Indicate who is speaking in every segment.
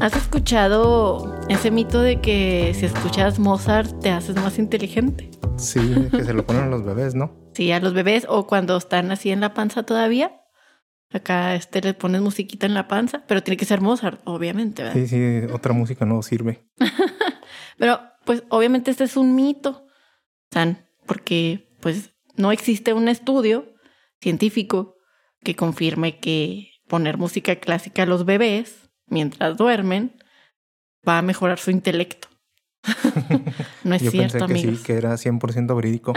Speaker 1: ¿Has escuchado ese mito de que si escuchas Mozart te haces más inteligente?
Speaker 2: Sí, que se lo ponen a los bebés, ¿no?
Speaker 1: Sí, a los bebés o cuando están así en la panza todavía. Acá este le pones musiquita en la panza, pero tiene que ser Mozart, obviamente, ¿verdad?
Speaker 2: Sí, sí, otra música no sirve.
Speaker 1: Pero pues obviamente este es un mito, San, porque pues no existe un estudio científico que confirme que poner música clásica a los bebés mientras duermen va a mejorar su intelecto. no es
Speaker 2: Yo
Speaker 1: cierto,
Speaker 2: pensé que
Speaker 1: amigos. Ah.
Speaker 2: sí, que era 100% verídico.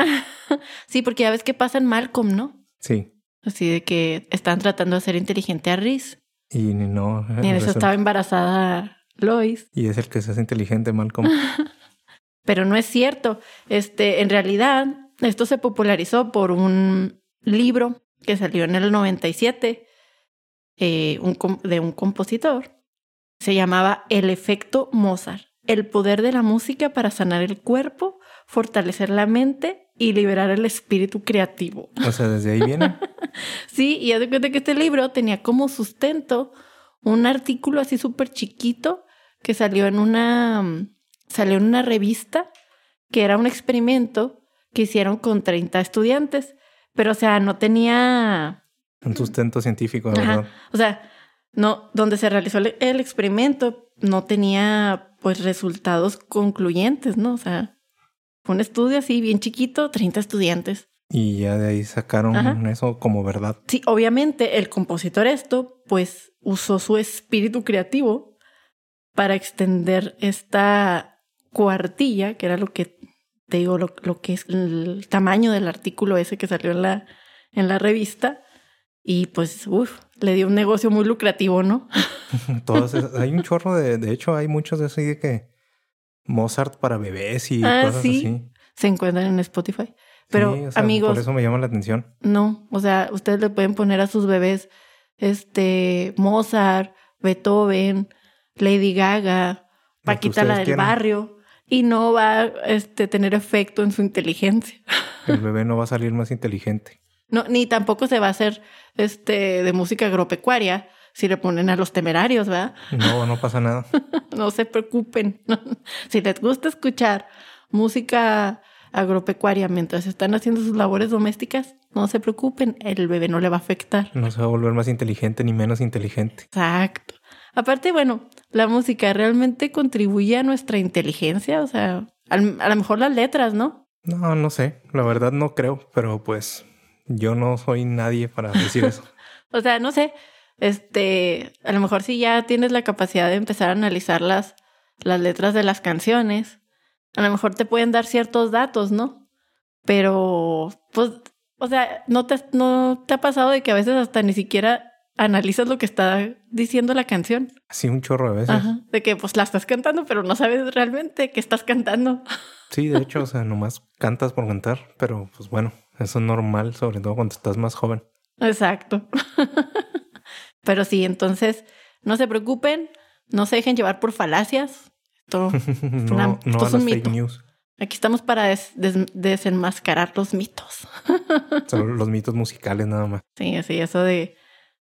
Speaker 1: Sí, porque ya ves que pasa en Malcolm, ¿no?
Speaker 2: Sí,
Speaker 1: Así de que están tratando de hacer inteligente a Riz.
Speaker 2: y ni- no. eh,
Speaker 1: Y en eso
Speaker 2: resulta-
Speaker 1: estaba embarazada Lois.
Speaker 2: Y es el que se hace inteligente, Malcolm.
Speaker 1: Pero no es cierto. Este, en realidad, esto se popularizó por un libro que salió en el 97 eh, un com- de un compositor. Se llamaba El efecto Mozart, el poder de la música para sanar el cuerpo, fortalecer la mente y liberar el espíritu creativo.
Speaker 2: O sea, desde ahí viene.
Speaker 1: Sí, y haz de cuenta que este libro tenía como sustento un artículo así súper chiquito que salió en una mm, salió en una revista que era un experimento que hicieron con 30 estudiantes, pero o sea, no tenía,
Speaker 2: Un sustento científico, de
Speaker 1: Ajá.
Speaker 2: verdad.
Speaker 1: o sea, no donde se realizó el, el experimento no tenía pues resultados concluyentes, ¿no? O sea, fue un estudio así bien chiquito, 30 estudiantes.
Speaker 2: Y ya de ahí sacaron
Speaker 1: Ajá.
Speaker 2: eso como verdad.
Speaker 1: Sí, obviamente el compositor esto, pues usó su espíritu creativo para extender esta cuartilla, que era lo que te digo, lo, lo que es el tamaño del artículo ese que salió en la, en la revista. Y pues, uff, le dio un negocio muy lucrativo, ¿no?
Speaker 2: Todos es- hay un chorro de... De hecho, hay muchos de así de que... Mozart para bebés y
Speaker 1: Ah,
Speaker 2: cosas
Speaker 1: sí.
Speaker 2: así.
Speaker 1: Se encuentran en Spotify. Pero,
Speaker 2: Sí, o sea,
Speaker 1: amigos,
Speaker 2: Por eso me llama la atención.
Speaker 1: No, o sea, ustedes le pueden poner a sus bebés este Mozart, Beethoven, Lady Gaga,
Speaker 2: que
Speaker 1: Paquita la
Speaker 2: ustedes
Speaker 1: del
Speaker 2: quieran.
Speaker 1: barrio y no va a este, tener efecto en su inteligencia.
Speaker 2: El bebé no va a salir más inteligente.
Speaker 1: No, ni tampoco se va a hacer este de música agropecuaria si le ponen a los temerarios, ¿verdad?
Speaker 2: No, no pasa nada.
Speaker 1: No se preocupen. si les gusta escuchar música agropecuaria mientras están haciendo sus labores domésticas, no se preocupen, el bebé no le va a afectar.
Speaker 2: No se va a volver más inteligente ni menos inteligente.
Speaker 1: Exacto. Aparte, bueno, la música realmente contribuye a nuestra inteligencia, o sea, al- a lo mejor las letras, ¿no?
Speaker 2: No, no sé. La verdad no creo, pero pues yo no soy nadie para decir eso.
Speaker 1: O sea, no sé, este, a lo mejor si ya tienes la capacidad de empezar a analizar las, las letras de las canciones, a lo mejor te pueden dar ciertos datos, ¿no? Pero, pues, o sea, ¿no te, no te ha pasado de que a veces hasta ni siquiera analizas lo que está diciendo la canción?
Speaker 2: Así un chorro de veces.
Speaker 1: Ajá. De que, pues, la estás cantando, pero no sabes realmente qué estás cantando.
Speaker 2: Sí, de hecho, o sea, nomás cantas por cantar, pero pues bueno, eso es normal, sobre todo cuando estás más joven.
Speaker 1: Exacto. Pero sí, entonces no se preocupen, no se dejen llevar por falacias. Esto-
Speaker 2: no,
Speaker 1: una-
Speaker 2: no
Speaker 1: esto
Speaker 2: a
Speaker 1: es un
Speaker 2: las fake
Speaker 1: mito.
Speaker 2: news.
Speaker 1: aquí estamos para des- des- desenmascarar los mitos.
Speaker 2: Solo los mitos musicales nada más.
Speaker 1: Sí, así, eso de,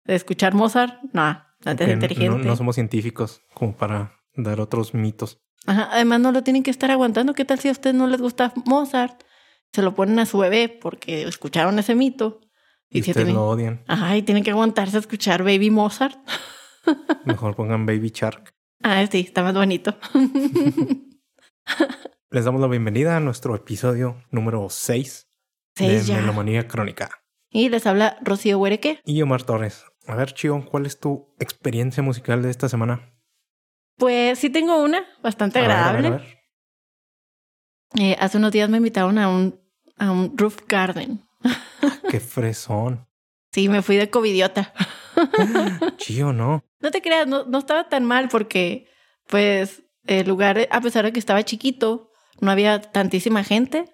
Speaker 1: de escuchar Mozart, no, no
Speaker 2: Que
Speaker 1: es
Speaker 2: no-
Speaker 1: inteligente.
Speaker 2: no, no somos científicos como para dar otros mitos.
Speaker 1: Ajá, Además, no lo tienen que estar aguantando. ¿Qué tal si a ustedes no les gusta Mozart? Se lo ponen a su bebé porque escucharon ese mito.
Speaker 2: Y,
Speaker 1: se
Speaker 2: ustedes
Speaker 1: tienen-
Speaker 2: lo odian.
Speaker 1: Ajá, y tienen que aguantarse a escuchar Baby Mozart.
Speaker 2: Mejor pongan Baby Shark.
Speaker 1: Ah, sí, está más bonito.
Speaker 2: Les damos la bienvenida a nuestro episodio número 6 de
Speaker 1: Sí, ya.
Speaker 2: Melomanía Crónica.
Speaker 1: Y les habla Rocío Huereque.
Speaker 2: Y Omar Torres. A ver, Chion, ¿cuál es tu experiencia musical de esta semana?
Speaker 1: Pues sí tengo una bastante
Speaker 2: A ver, a ver, a
Speaker 1: agradable.
Speaker 2: ver.
Speaker 1: Eh, hace unos días me invitaron a un, a un roof garden.
Speaker 2: Qué fresón.
Speaker 1: Sí, me fui de covidiota.
Speaker 2: Chío, ¿no?
Speaker 1: No te creas, no, no estaba tan mal porque, pues, el lugar, a pesar de que estaba chiquito, no había tantísima gente.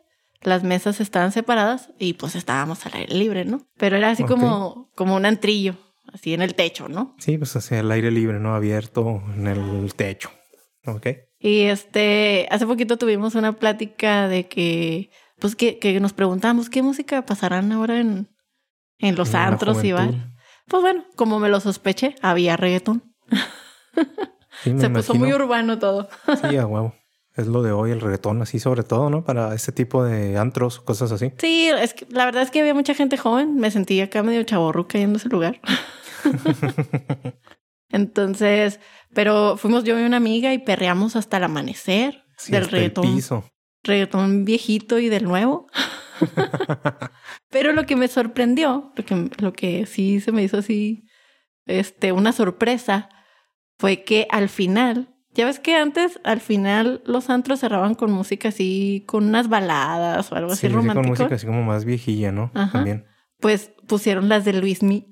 Speaker 1: Las mesas estaban separadas y pues estábamos al aire libre, ¿no? Pero era así como, como un antrillo, así en el techo, ¿no?
Speaker 2: Sí, pues hacia el aire libre, ¿no? Abierto en el techo. ¿Ok?
Speaker 1: Y este, hace poquito tuvimos una plática de que, pues que, que nos preguntamos qué música pasarán ahora en, en los
Speaker 2: La
Speaker 1: antros y
Speaker 2: juventud.
Speaker 1: bar. Pues bueno, como me lo sospeché, había reggaetón.
Speaker 2: Sí, me
Speaker 1: Se puso muy
Speaker 2: imagino.
Speaker 1: urbano todo.
Speaker 2: Sí, a huevo. Es lo de hoy, el reggaetón, así sobre todo, ¿no? Para este tipo de antros, cosas así.
Speaker 1: Sí, es que, la verdad es que había mucha gente joven. Me sentí acá medio chaborruca yendo a ese lugar. Entonces, pero fuimos yo y una amiga y perreamos hasta el amanecer
Speaker 2: Sí,
Speaker 1: del
Speaker 2: hasta el
Speaker 1: reggaetón,
Speaker 2: piso.
Speaker 1: reggaetón viejito y del nuevo. pero lo que me sorprendió, lo que, lo que sí se me hizo así, este, una sorpresa, fue que al final, ya ves que antes, al final, los antros cerraban con música así, con unas baladas o algo así
Speaker 2: Sí, sí,
Speaker 1: romántico.
Speaker 2: con música así como más viejilla, ¿no?
Speaker 1: Ajá.
Speaker 2: También.
Speaker 1: Pues pusieron las de Luismi.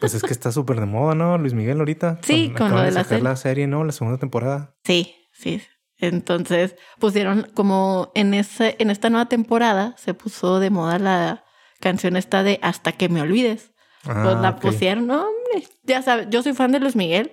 Speaker 2: Pues es que está súper de moda, ¿no? Luis Miguel ahorita.
Speaker 1: Sí, con
Speaker 2: acaban
Speaker 1: lo de la
Speaker 2: sacar
Speaker 1: serie.
Speaker 2: la serie, ¿no? La segunda temporada.
Speaker 1: Sí, sí. Entonces pusieron como en ese, en esta nueva temporada se puso de moda la canción esta de Hasta que me olvides.
Speaker 2: Ah,
Speaker 1: Pues la
Speaker 2: ok.
Speaker 1: pusieron, no, hombre. Ya sabes, yo soy fan de Luis Miguel.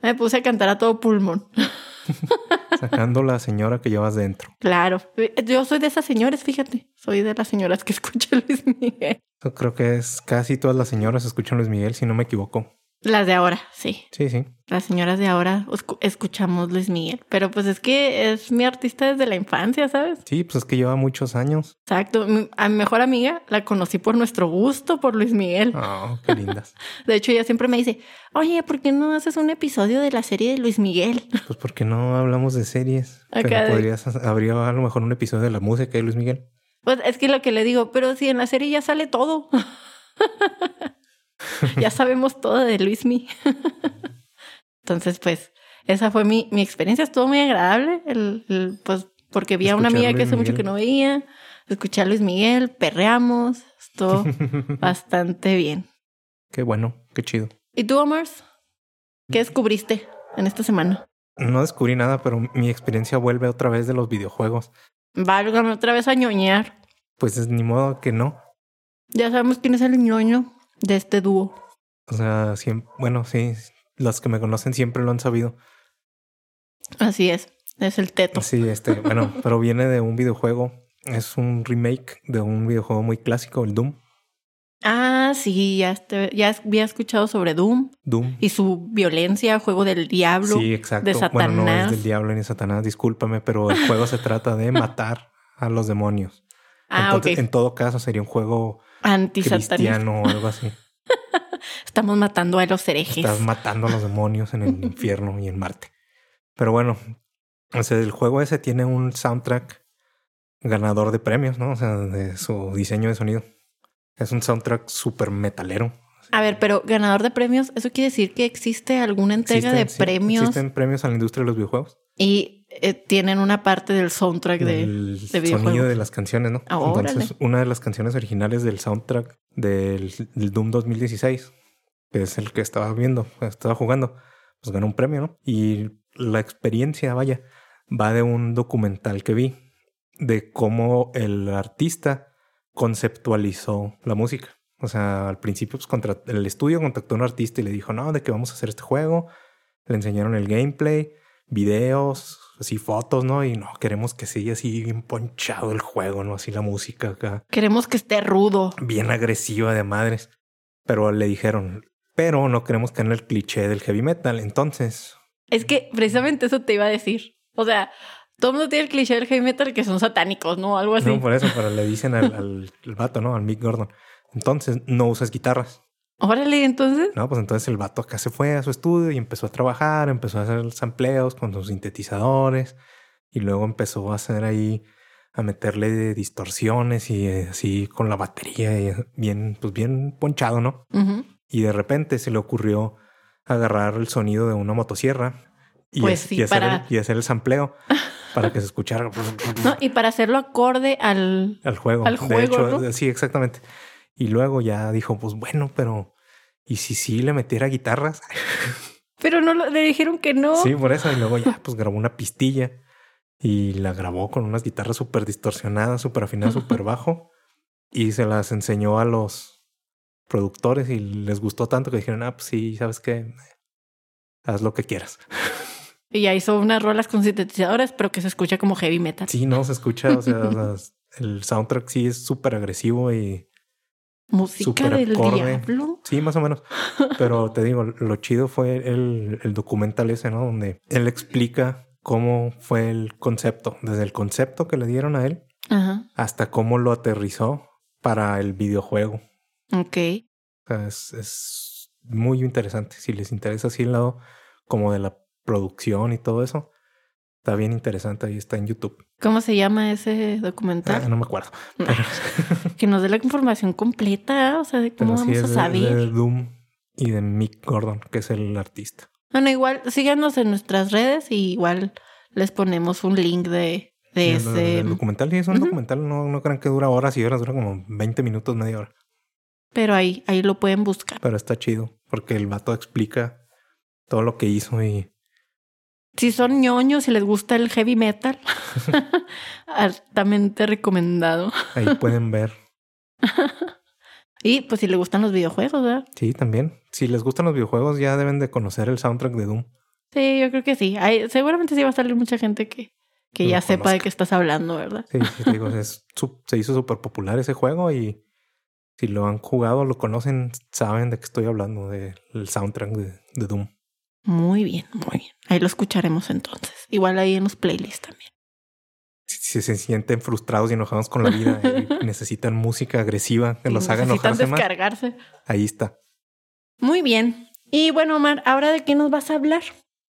Speaker 1: Me puse a cantar a todo pulmón.
Speaker 2: Sacando la señora que llevas dentro.
Speaker 1: Claro. Yo soy de esas señoras, fíjate. Soy de las señoras que escuchan Luis Miguel.
Speaker 2: Yo creo que es casi todas las señoras escuchan Luis Miguel, si no me equivoco.
Speaker 1: Las de ahora, sí.
Speaker 2: Sí, sí.
Speaker 1: Las señoras de ahora escu- escuchamos Luis Miguel. Pero pues es que es mi artista desde la infancia, ¿sabes?
Speaker 2: Sí, pues es que lleva muchos años.
Speaker 1: Exacto. Mi- A mi mejor amiga la conocí por nuestro gusto por Luis Miguel.
Speaker 2: Ah, qué lindas.
Speaker 1: De hecho, ella siempre me dice, oye, ¿por qué no haces un episodio de la serie de Luis Miguel?
Speaker 2: Pues porque no hablamos de series.
Speaker 1: Acá
Speaker 2: Pero
Speaker 1: de-
Speaker 2: podrías, habría a lo mejor un episodio de la música de Luis Miguel.
Speaker 1: Pues es que lo que le digo, pero si en la serie ya sale todo. ya sabemos todo de Luis Miguel. Entonces, pues, esa fue mi, mi experiencia. Estuvo muy agradable, el- el- pues, porque vi a una
Speaker 2: Escuchar
Speaker 1: amiga que
Speaker 2: Luis
Speaker 1: hace mucho
Speaker 2: Miguel.
Speaker 1: que no veía. Escuché a Luis Miguel, perreamos. Estuvo bastante bien.
Speaker 2: Qué bueno, qué chido.
Speaker 1: ¿Y tú, Omars? ¿Qué descubriste en esta semana?
Speaker 2: No descubrí nada, pero mi experiencia vuelve otra vez de los videojuegos.
Speaker 1: Válgame otra vez a ñoñar.
Speaker 2: Pues es ni modo que no.
Speaker 1: Ya sabemos quién es el ñoño de este dúo.
Speaker 2: O sea, siem- bueno, sí, los que me conocen siempre lo han sabido.
Speaker 1: Así es, es el teto.
Speaker 2: Sí, este, bueno, pero viene de un videojuego. Es un remake de un videojuego muy clásico, el Doom.
Speaker 1: Ah, sí, ya, este- ya es- había escuchado sobre Doom
Speaker 2: Doom.
Speaker 1: y su violencia, juego del diablo.
Speaker 2: Sí, exacto.
Speaker 1: de
Speaker 2: Bueno, no es
Speaker 1: Satanás.
Speaker 2: del diablo ni Satanás, discúlpame, pero el juego se trata de matar a los demonios.
Speaker 1: ah,
Speaker 2: Entonces,
Speaker 1: ok.
Speaker 2: en todo caso, sería un juego
Speaker 1: Antisatanista.
Speaker 2: cristiano o algo así.
Speaker 1: Estamos matando a los herejes.
Speaker 2: Estás matando a los demonios en el infierno y en Marte. Pero bueno, o sea, el juego ese tiene un soundtrack ganador de premios, ¿no? O sea, de su diseño de sonido. Es un soundtrack súper metalero.
Speaker 1: A ver, pero ganador de premios, ¿eso quiere decir que existe alguna entrega
Speaker 2: Existen,
Speaker 1: de
Speaker 2: sí,
Speaker 1: premios
Speaker 2: Existen premios a la industria de los videojuegos.
Speaker 1: y eh, tienen una parte del soundtrack de...
Speaker 2: del sonido
Speaker 1: videojuegos.
Speaker 2: de las canciones, ¿no?
Speaker 1: Ah,
Speaker 2: Entonces, una de las canciones originales del soundtrack del, del Doom 2016, que es el que estaba viendo, estaba jugando, pues ganó un premio, ¿no? Y la experiencia, vaya, va de un documental que vi de cómo el artista conceptualizó la música. O sea, al principio, pues, contra- el estudio contactó a un artista y le dijo, no, de que vamos a hacer este juego. Le enseñaron el gameplay, videos, así fotos, ¿no? Y no, queremos que siga así bien ponchado el juego, ¿no? Así la música acá
Speaker 1: Queremos que esté rudo.
Speaker 2: bien agresiva de madres. Pero le dijeron, pero no queremos caer en el cliché del heavy metal. Entonces,
Speaker 1: Es que precisamente eso te iba a decir. O sea, todo el mundo tiene el cliché del heavy metal que son satánicos, ¿no? Algo así.
Speaker 2: no por eso, pero le dicen al, al, al vato, ¿no? Al Mick Gordon. Entonces, no usas guitarras.
Speaker 1: Órale, entonces.
Speaker 2: No, pues entonces el vato acá se fue a su estudio y empezó a trabajar, empezó a hacer sampleos con sus sintetizadores y luego empezó a hacer ahí, a meterle distorsiones y eh, así con la batería, y bien, pues bien ponchado, ¿no?
Speaker 1: Ujú.
Speaker 2: y de repente se le ocurrió agarrar el sonido de una motosierra y,
Speaker 1: Pues
Speaker 2: ha-
Speaker 1: sí,
Speaker 2: y hacer,
Speaker 1: para-
Speaker 2: el, y hacer el sampleo para que se escuchara
Speaker 1: No, y para hacerlo acorde al.
Speaker 2: al juego.
Speaker 1: Al
Speaker 2: de
Speaker 1: juego,
Speaker 2: hecho, eh,
Speaker 1: ¿no?
Speaker 2: sí, exactamente. Y luego ya dijo, pues bueno, pero ¿y si sí le metiera guitarras?
Speaker 1: Pero no lo- le dijeron que no.
Speaker 2: Sí, por eso. Y luego ya pues grabó una pistilla y la grabó con unas guitarras súper distorsionadas, súper afinadas, súper bajo y se las enseñó a los productores y les gustó tanto que dijeron, ah, pues sí, ¿sabes qué? Haz lo que quieras.
Speaker 1: Y ya hizo unas rolas con sintetizadores, pero que se escucha como heavy metal.
Speaker 2: Sí, no se escucha. O sea, las- el soundtrack sí es súper agresivo y
Speaker 1: Música del
Speaker 2: superacorde.
Speaker 1: diablo.
Speaker 2: Sí, más o menos. Pero te digo, lo chido fue el, el documental ese, ¿no? Donde él explica cómo fue el concepto, desde el concepto que le dieron a él
Speaker 1: Ajá.
Speaker 2: hasta cómo lo aterrizó para el videojuego.
Speaker 1: Ok.
Speaker 2: O sea, es, es muy interesante. Si les interesa así el lado como de la producción y todo eso, está bien interesante. Ahí está en YouTube.
Speaker 1: ¿Cómo se llama ese documental?
Speaker 2: Ah, no me acuerdo.
Speaker 1: Que nos dé la información completa, o sea, de
Speaker 2: Pero
Speaker 1: cómo
Speaker 2: sí
Speaker 1: vamos a
Speaker 2: es de-
Speaker 1: saber.
Speaker 2: de Doom y de Mick Gordon, que es el artista.
Speaker 1: Bueno, igual síganos en nuestras redes y igual les ponemos un link de, de
Speaker 2: El-
Speaker 1: ese.
Speaker 2: el documental, sí, es un
Speaker 1: ujú.
Speaker 2: documental, no, no crean que dura horas y horas, dura como 20 minutos, media hora.
Speaker 1: Pero ahí, ahí lo pueden buscar.
Speaker 2: Pero está chido, porque el vato explica todo lo que hizo y
Speaker 1: Si son ñoños y les gusta el heavy metal, altamente recomendado.
Speaker 2: ahí pueden ver.
Speaker 1: Y pues si le gustan los videojuegos, ¿verdad?
Speaker 2: Sí, también. Si les gustan los videojuegos, ya deben de conocer el soundtrack de Doom.
Speaker 1: Sí, yo creo que sí. Hay- seguramente sí va a salir mucha gente que, que
Speaker 2: Lo
Speaker 1: ya sepa de
Speaker 2: conozca.
Speaker 1: qué estás hablando, ¿verdad?
Speaker 2: Sí, sí, te digo, es su- se hizo súper popular ese juego y si lo han jugado, lo conocen, saben de qué estoy hablando, del soundtrack de, de Doom.
Speaker 1: Muy bien, muy bien. Ahí lo escucharemos entonces. Igual ahí en los playlists también.
Speaker 2: Si, si se sienten frustrados y enojados con la vida y necesitan música agresiva que los haga
Speaker 1: Necesitan
Speaker 2: enojarse más,
Speaker 1: descargarse.
Speaker 2: ahí está.
Speaker 1: Muy bien. Y bueno, Omar, ¿ahora de qué nos vas a hablar?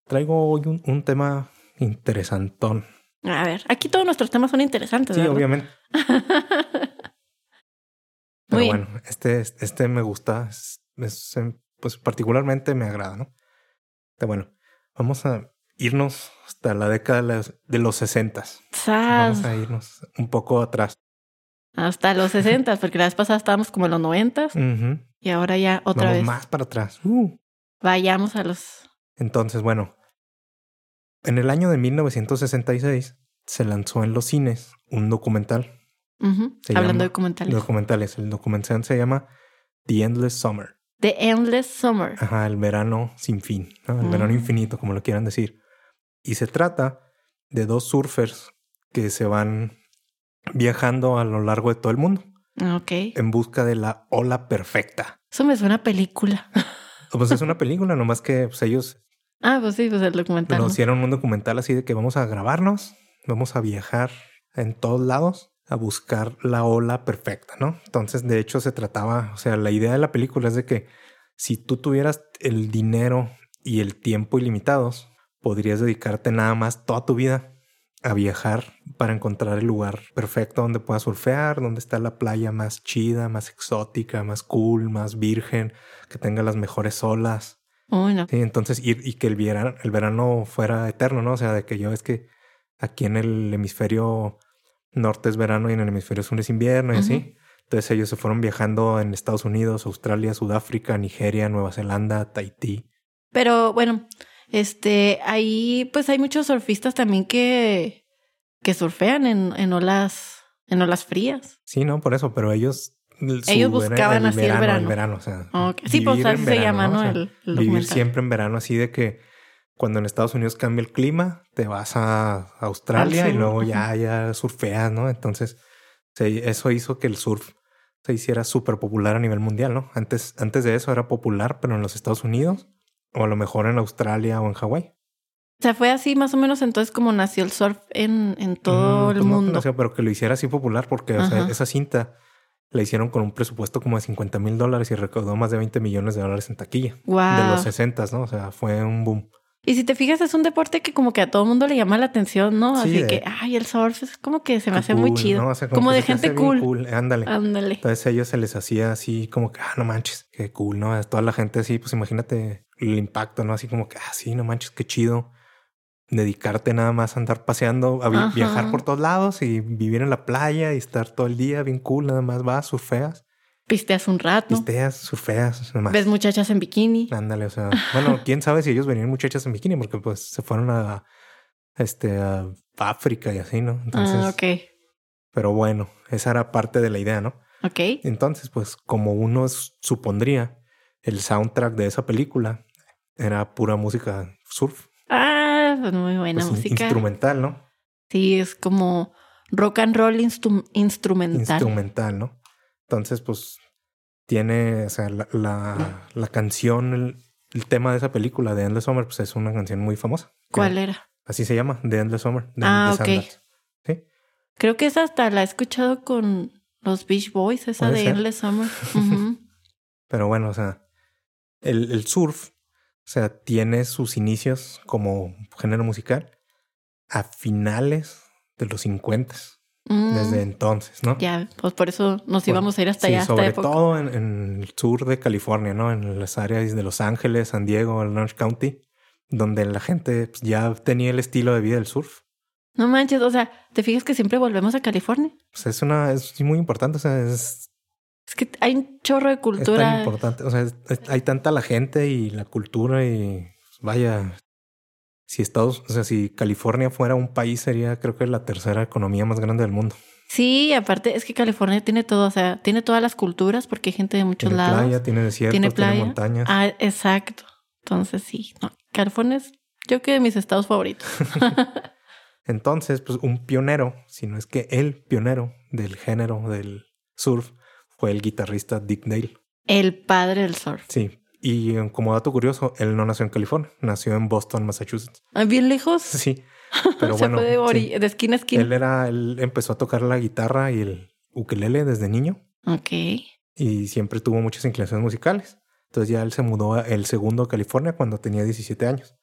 Speaker 2: Traigo hoy un, un tema interesantón.
Speaker 1: A ver, aquí todos nuestros temas son interesantes.
Speaker 2: Sí,
Speaker 1: ¿verdad?
Speaker 2: obviamente. Pero
Speaker 1: Muy bien.
Speaker 2: bueno, este, este me gusta, es- es, em, pues particularmente me agrada, ¿no? Pero bueno, vamos a irnos hasta la década de las- de los 60s.
Speaker 1: Sas,
Speaker 2: Vamos a irnos un poco atrás.
Speaker 1: hasta los 60, porque la vez pasada estábamos como en los 90
Speaker 2: Ujú.
Speaker 1: y ahora ya otra
Speaker 2: Mm. Vamos
Speaker 1: vez
Speaker 2: más para atrás. Uh.
Speaker 1: vayamos a los...
Speaker 2: Entonces, bueno, en el año de 1966 se lanzó en los cines un documental.
Speaker 1: Ujú,
Speaker 2: Se
Speaker 1: Hablando
Speaker 2: llama-
Speaker 1: de documentales.
Speaker 2: Documentales. El documental se llama The Endless Summer.
Speaker 1: The Endless Summer.
Speaker 2: Ajá, el verano sin fin, ¿no? el
Speaker 1: Mm.
Speaker 2: verano infinito, como lo quieran decir. Y se trata de dos surfers que se van viajando a lo largo de todo el mundo
Speaker 1: Ok.
Speaker 2: en busca de la ola perfecta.
Speaker 1: Eso me suena a película.
Speaker 2: Pues es una película, nomás que pues, ellos
Speaker 1: Ah, pues sí, pues el documental.
Speaker 2: nos
Speaker 1: ¿no?
Speaker 2: hicieron un documental así de que vamos a grabarnos, vamos a viajar en todos lados a buscar la ola perfecta, ¿no? Entonces, de hecho, se trataba, o sea, la idea de la película es de que si tú tuvieras el dinero y el tiempo ilimitados, podrías dedicarte nada más toda tu vida a viajar para encontrar el lugar perfecto donde puedas surfear, donde está la playa más chida, más exótica, más cool, más virgen, que tenga las mejores olas.
Speaker 1: Uy, no.
Speaker 2: Sí, entonces, y, y que el verano, el verano fuera eterno, ¿no? O sea, de que yo es que aquí en el hemisferio norte es verano y en el hemisferio sur es invierno y
Speaker 1: Ujú.
Speaker 2: así. Entonces ellos se fueron viajando en Estados Unidos, Australia, Sudáfrica, Nigeria, Nueva Zelanda, Tahití.
Speaker 1: Pero bueno, este, ahí pues hay muchos surfistas también que, que surfean en, en olas, en olas frías.
Speaker 2: Sí, no, por eso, pero ellos... el- su
Speaker 1: Ellos
Speaker 2: vera-
Speaker 1: buscaban así el verano.
Speaker 2: o sea,
Speaker 1: Ok. Sí, pues
Speaker 2: vivir en
Speaker 1: así se
Speaker 2: verano,
Speaker 1: llama,
Speaker 2: ¿no?
Speaker 1: ¿no?
Speaker 2: O sea,
Speaker 1: el, el
Speaker 2: Vivir
Speaker 1: documental.
Speaker 2: siempre en verano, así de que cuando en Estados Unidos cambia el clima, te vas a Australia
Speaker 1: Al
Speaker 2: y
Speaker 1: sur,
Speaker 2: luego ya, ya surfeas, ¿no? Entonces, se- eso hizo que el surf se hiciera súper popular a nivel mundial, ¿no? Antes, antes de eso era popular, pero en los Estados Unidos, o a lo mejor en Australia o en Hawái.
Speaker 1: O sea, fue así más o menos entonces como nació el surf en, en todo
Speaker 2: Mm,
Speaker 1: el
Speaker 2: pues no
Speaker 1: mundo.
Speaker 2: conocía, pero que lo hiciera así popular, porque o sea,
Speaker 1: Ajá.
Speaker 2: esa cinta la hicieron con un presupuesto como de 50 mil dólares y recaudó más de 20 millones de dólares en taquilla.
Speaker 1: Guau.
Speaker 2: De los 60, ¿no? O sea, fue un boom.
Speaker 1: Y si te fijas, es un deporte que como que a todo el mundo le llama la atención, ¿no?
Speaker 2: Sí,
Speaker 1: así
Speaker 2: de-
Speaker 1: que, ay, el surf es como que se me
Speaker 2: Qué
Speaker 1: hace muy
Speaker 2: cool,
Speaker 1: chido.
Speaker 2: ¿no? O sea,
Speaker 1: como
Speaker 2: que
Speaker 1: de
Speaker 2: se te
Speaker 1: gente
Speaker 2: hace bien
Speaker 1: cool. Ah.
Speaker 2: Ándale.
Speaker 1: Ándale.
Speaker 2: Entonces a ellos se les hacía así como que, ah, no manches, qué cool, ¿no? A toda la gente así, pues imagínate el impacto, ¿no? Así como que, ah, sí, no manches, qué chido. Dedicarte nada más a andar paseando, a vi-
Speaker 1: Ajá.
Speaker 2: viajar por todos lados y vivir en la playa y estar todo el día bien cool, nada más vas, surfeas,
Speaker 1: Pisteas un rato.
Speaker 2: pisteas, surfeas, nada más. Ah,
Speaker 1: Ves muchachas en bikini.
Speaker 2: Ándale, o sea, bueno, quién sabe si ellos venían muchachas en bikini porque pues se fueron a, este, a África y así, ¿no? Entonces,
Speaker 1: ah, ok.
Speaker 2: pero bueno, esa era parte de la idea, ¿no?
Speaker 1: Ah, Ok.
Speaker 2: Entonces, pues como uno s- supondría, el soundtrack de esa película era pura música surf,
Speaker 1: Ah, pues muy buena
Speaker 2: pues, in-
Speaker 1: música.
Speaker 2: instrumental, ¿no?
Speaker 1: Sí, es como rock and roll instru- instrumental.
Speaker 2: Instrumental, ¿no? Entonces, pues tiene, o sea, la, la,
Speaker 1: Mm.
Speaker 2: la canción, el, el tema de esa película de Endless Summer, pues es una canción muy famosa.
Speaker 1: ¿Cuál era?
Speaker 2: Así se llama, The Endless Summer. De,
Speaker 1: Ah,
Speaker 2: de
Speaker 1: ok.
Speaker 2: Sandals.
Speaker 1: Creo que esa hasta la he escuchado con los Beach Boys, esa
Speaker 2: Puede
Speaker 1: de
Speaker 2: ser.
Speaker 1: Endless Summer. Ujú.
Speaker 2: Pero bueno, o sea, el, el surf, o sea, tiene sus inicios como género musical a finales de los 50,
Speaker 1: Mm,
Speaker 2: desde entonces, ¿no?
Speaker 1: Ya, pues por eso nos
Speaker 2: Bueno,
Speaker 1: íbamos a ir hasta
Speaker 2: Sí,
Speaker 1: allá, hasta
Speaker 2: sobre
Speaker 1: época.
Speaker 2: todo en, en el sur de California, ¿no? En las áreas de Los Ángeles, San Diego, Orange County, donde la gente pues, ya tenía el estilo de vida del surf.
Speaker 1: No manches, o sea, ¿te fijas que siempre volvemos a California?
Speaker 2: Pues es una, es muy importante, o sea, es,
Speaker 1: Es que hay un chorro de
Speaker 2: es tan
Speaker 1: cultura.
Speaker 2: importante, o sea, es- es- hay tanta la gente y la cultura y pues, vaya, si Estados, o sea, si California fuera un país sería creo que la tercera economía más grande del mundo.
Speaker 1: Sí, aparte es que California tiene todo, o sea, tiene todas las culturas porque hay gente de muchos
Speaker 2: Tiene
Speaker 1: lados.
Speaker 2: playa, tiene desiertos,
Speaker 1: tiene
Speaker 2: tiene,
Speaker 1: playa.
Speaker 2: montañas.
Speaker 1: Ah, exacto. Entonces sí, no, California es yo creo que de mis estados favoritos.
Speaker 2: Entonces, pues un pionero, si no es que el pionero del género del surf fue el guitarrista Dick Dale.
Speaker 1: El padre del surf.
Speaker 2: Sí. Y eh, como dato curioso, él no nació en California, nació en Boston, Massachusetts.
Speaker 1: Ah, Bien lejos.
Speaker 2: Sí. Pero
Speaker 1: Se
Speaker 2: bueno,
Speaker 1: fue de, ori-
Speaker 2: sí.
Speaker 1: de esquina a esquina.
Speaker 2: él era, él empezó a tocar la guitarra y el ukelele desde niño
Speaker 1: Ok.
Speaker 2: y siempre tuvo muchas inclinaciones musicales. Entonces ya él se mudó a el segundo a California cuando tenía 17 años.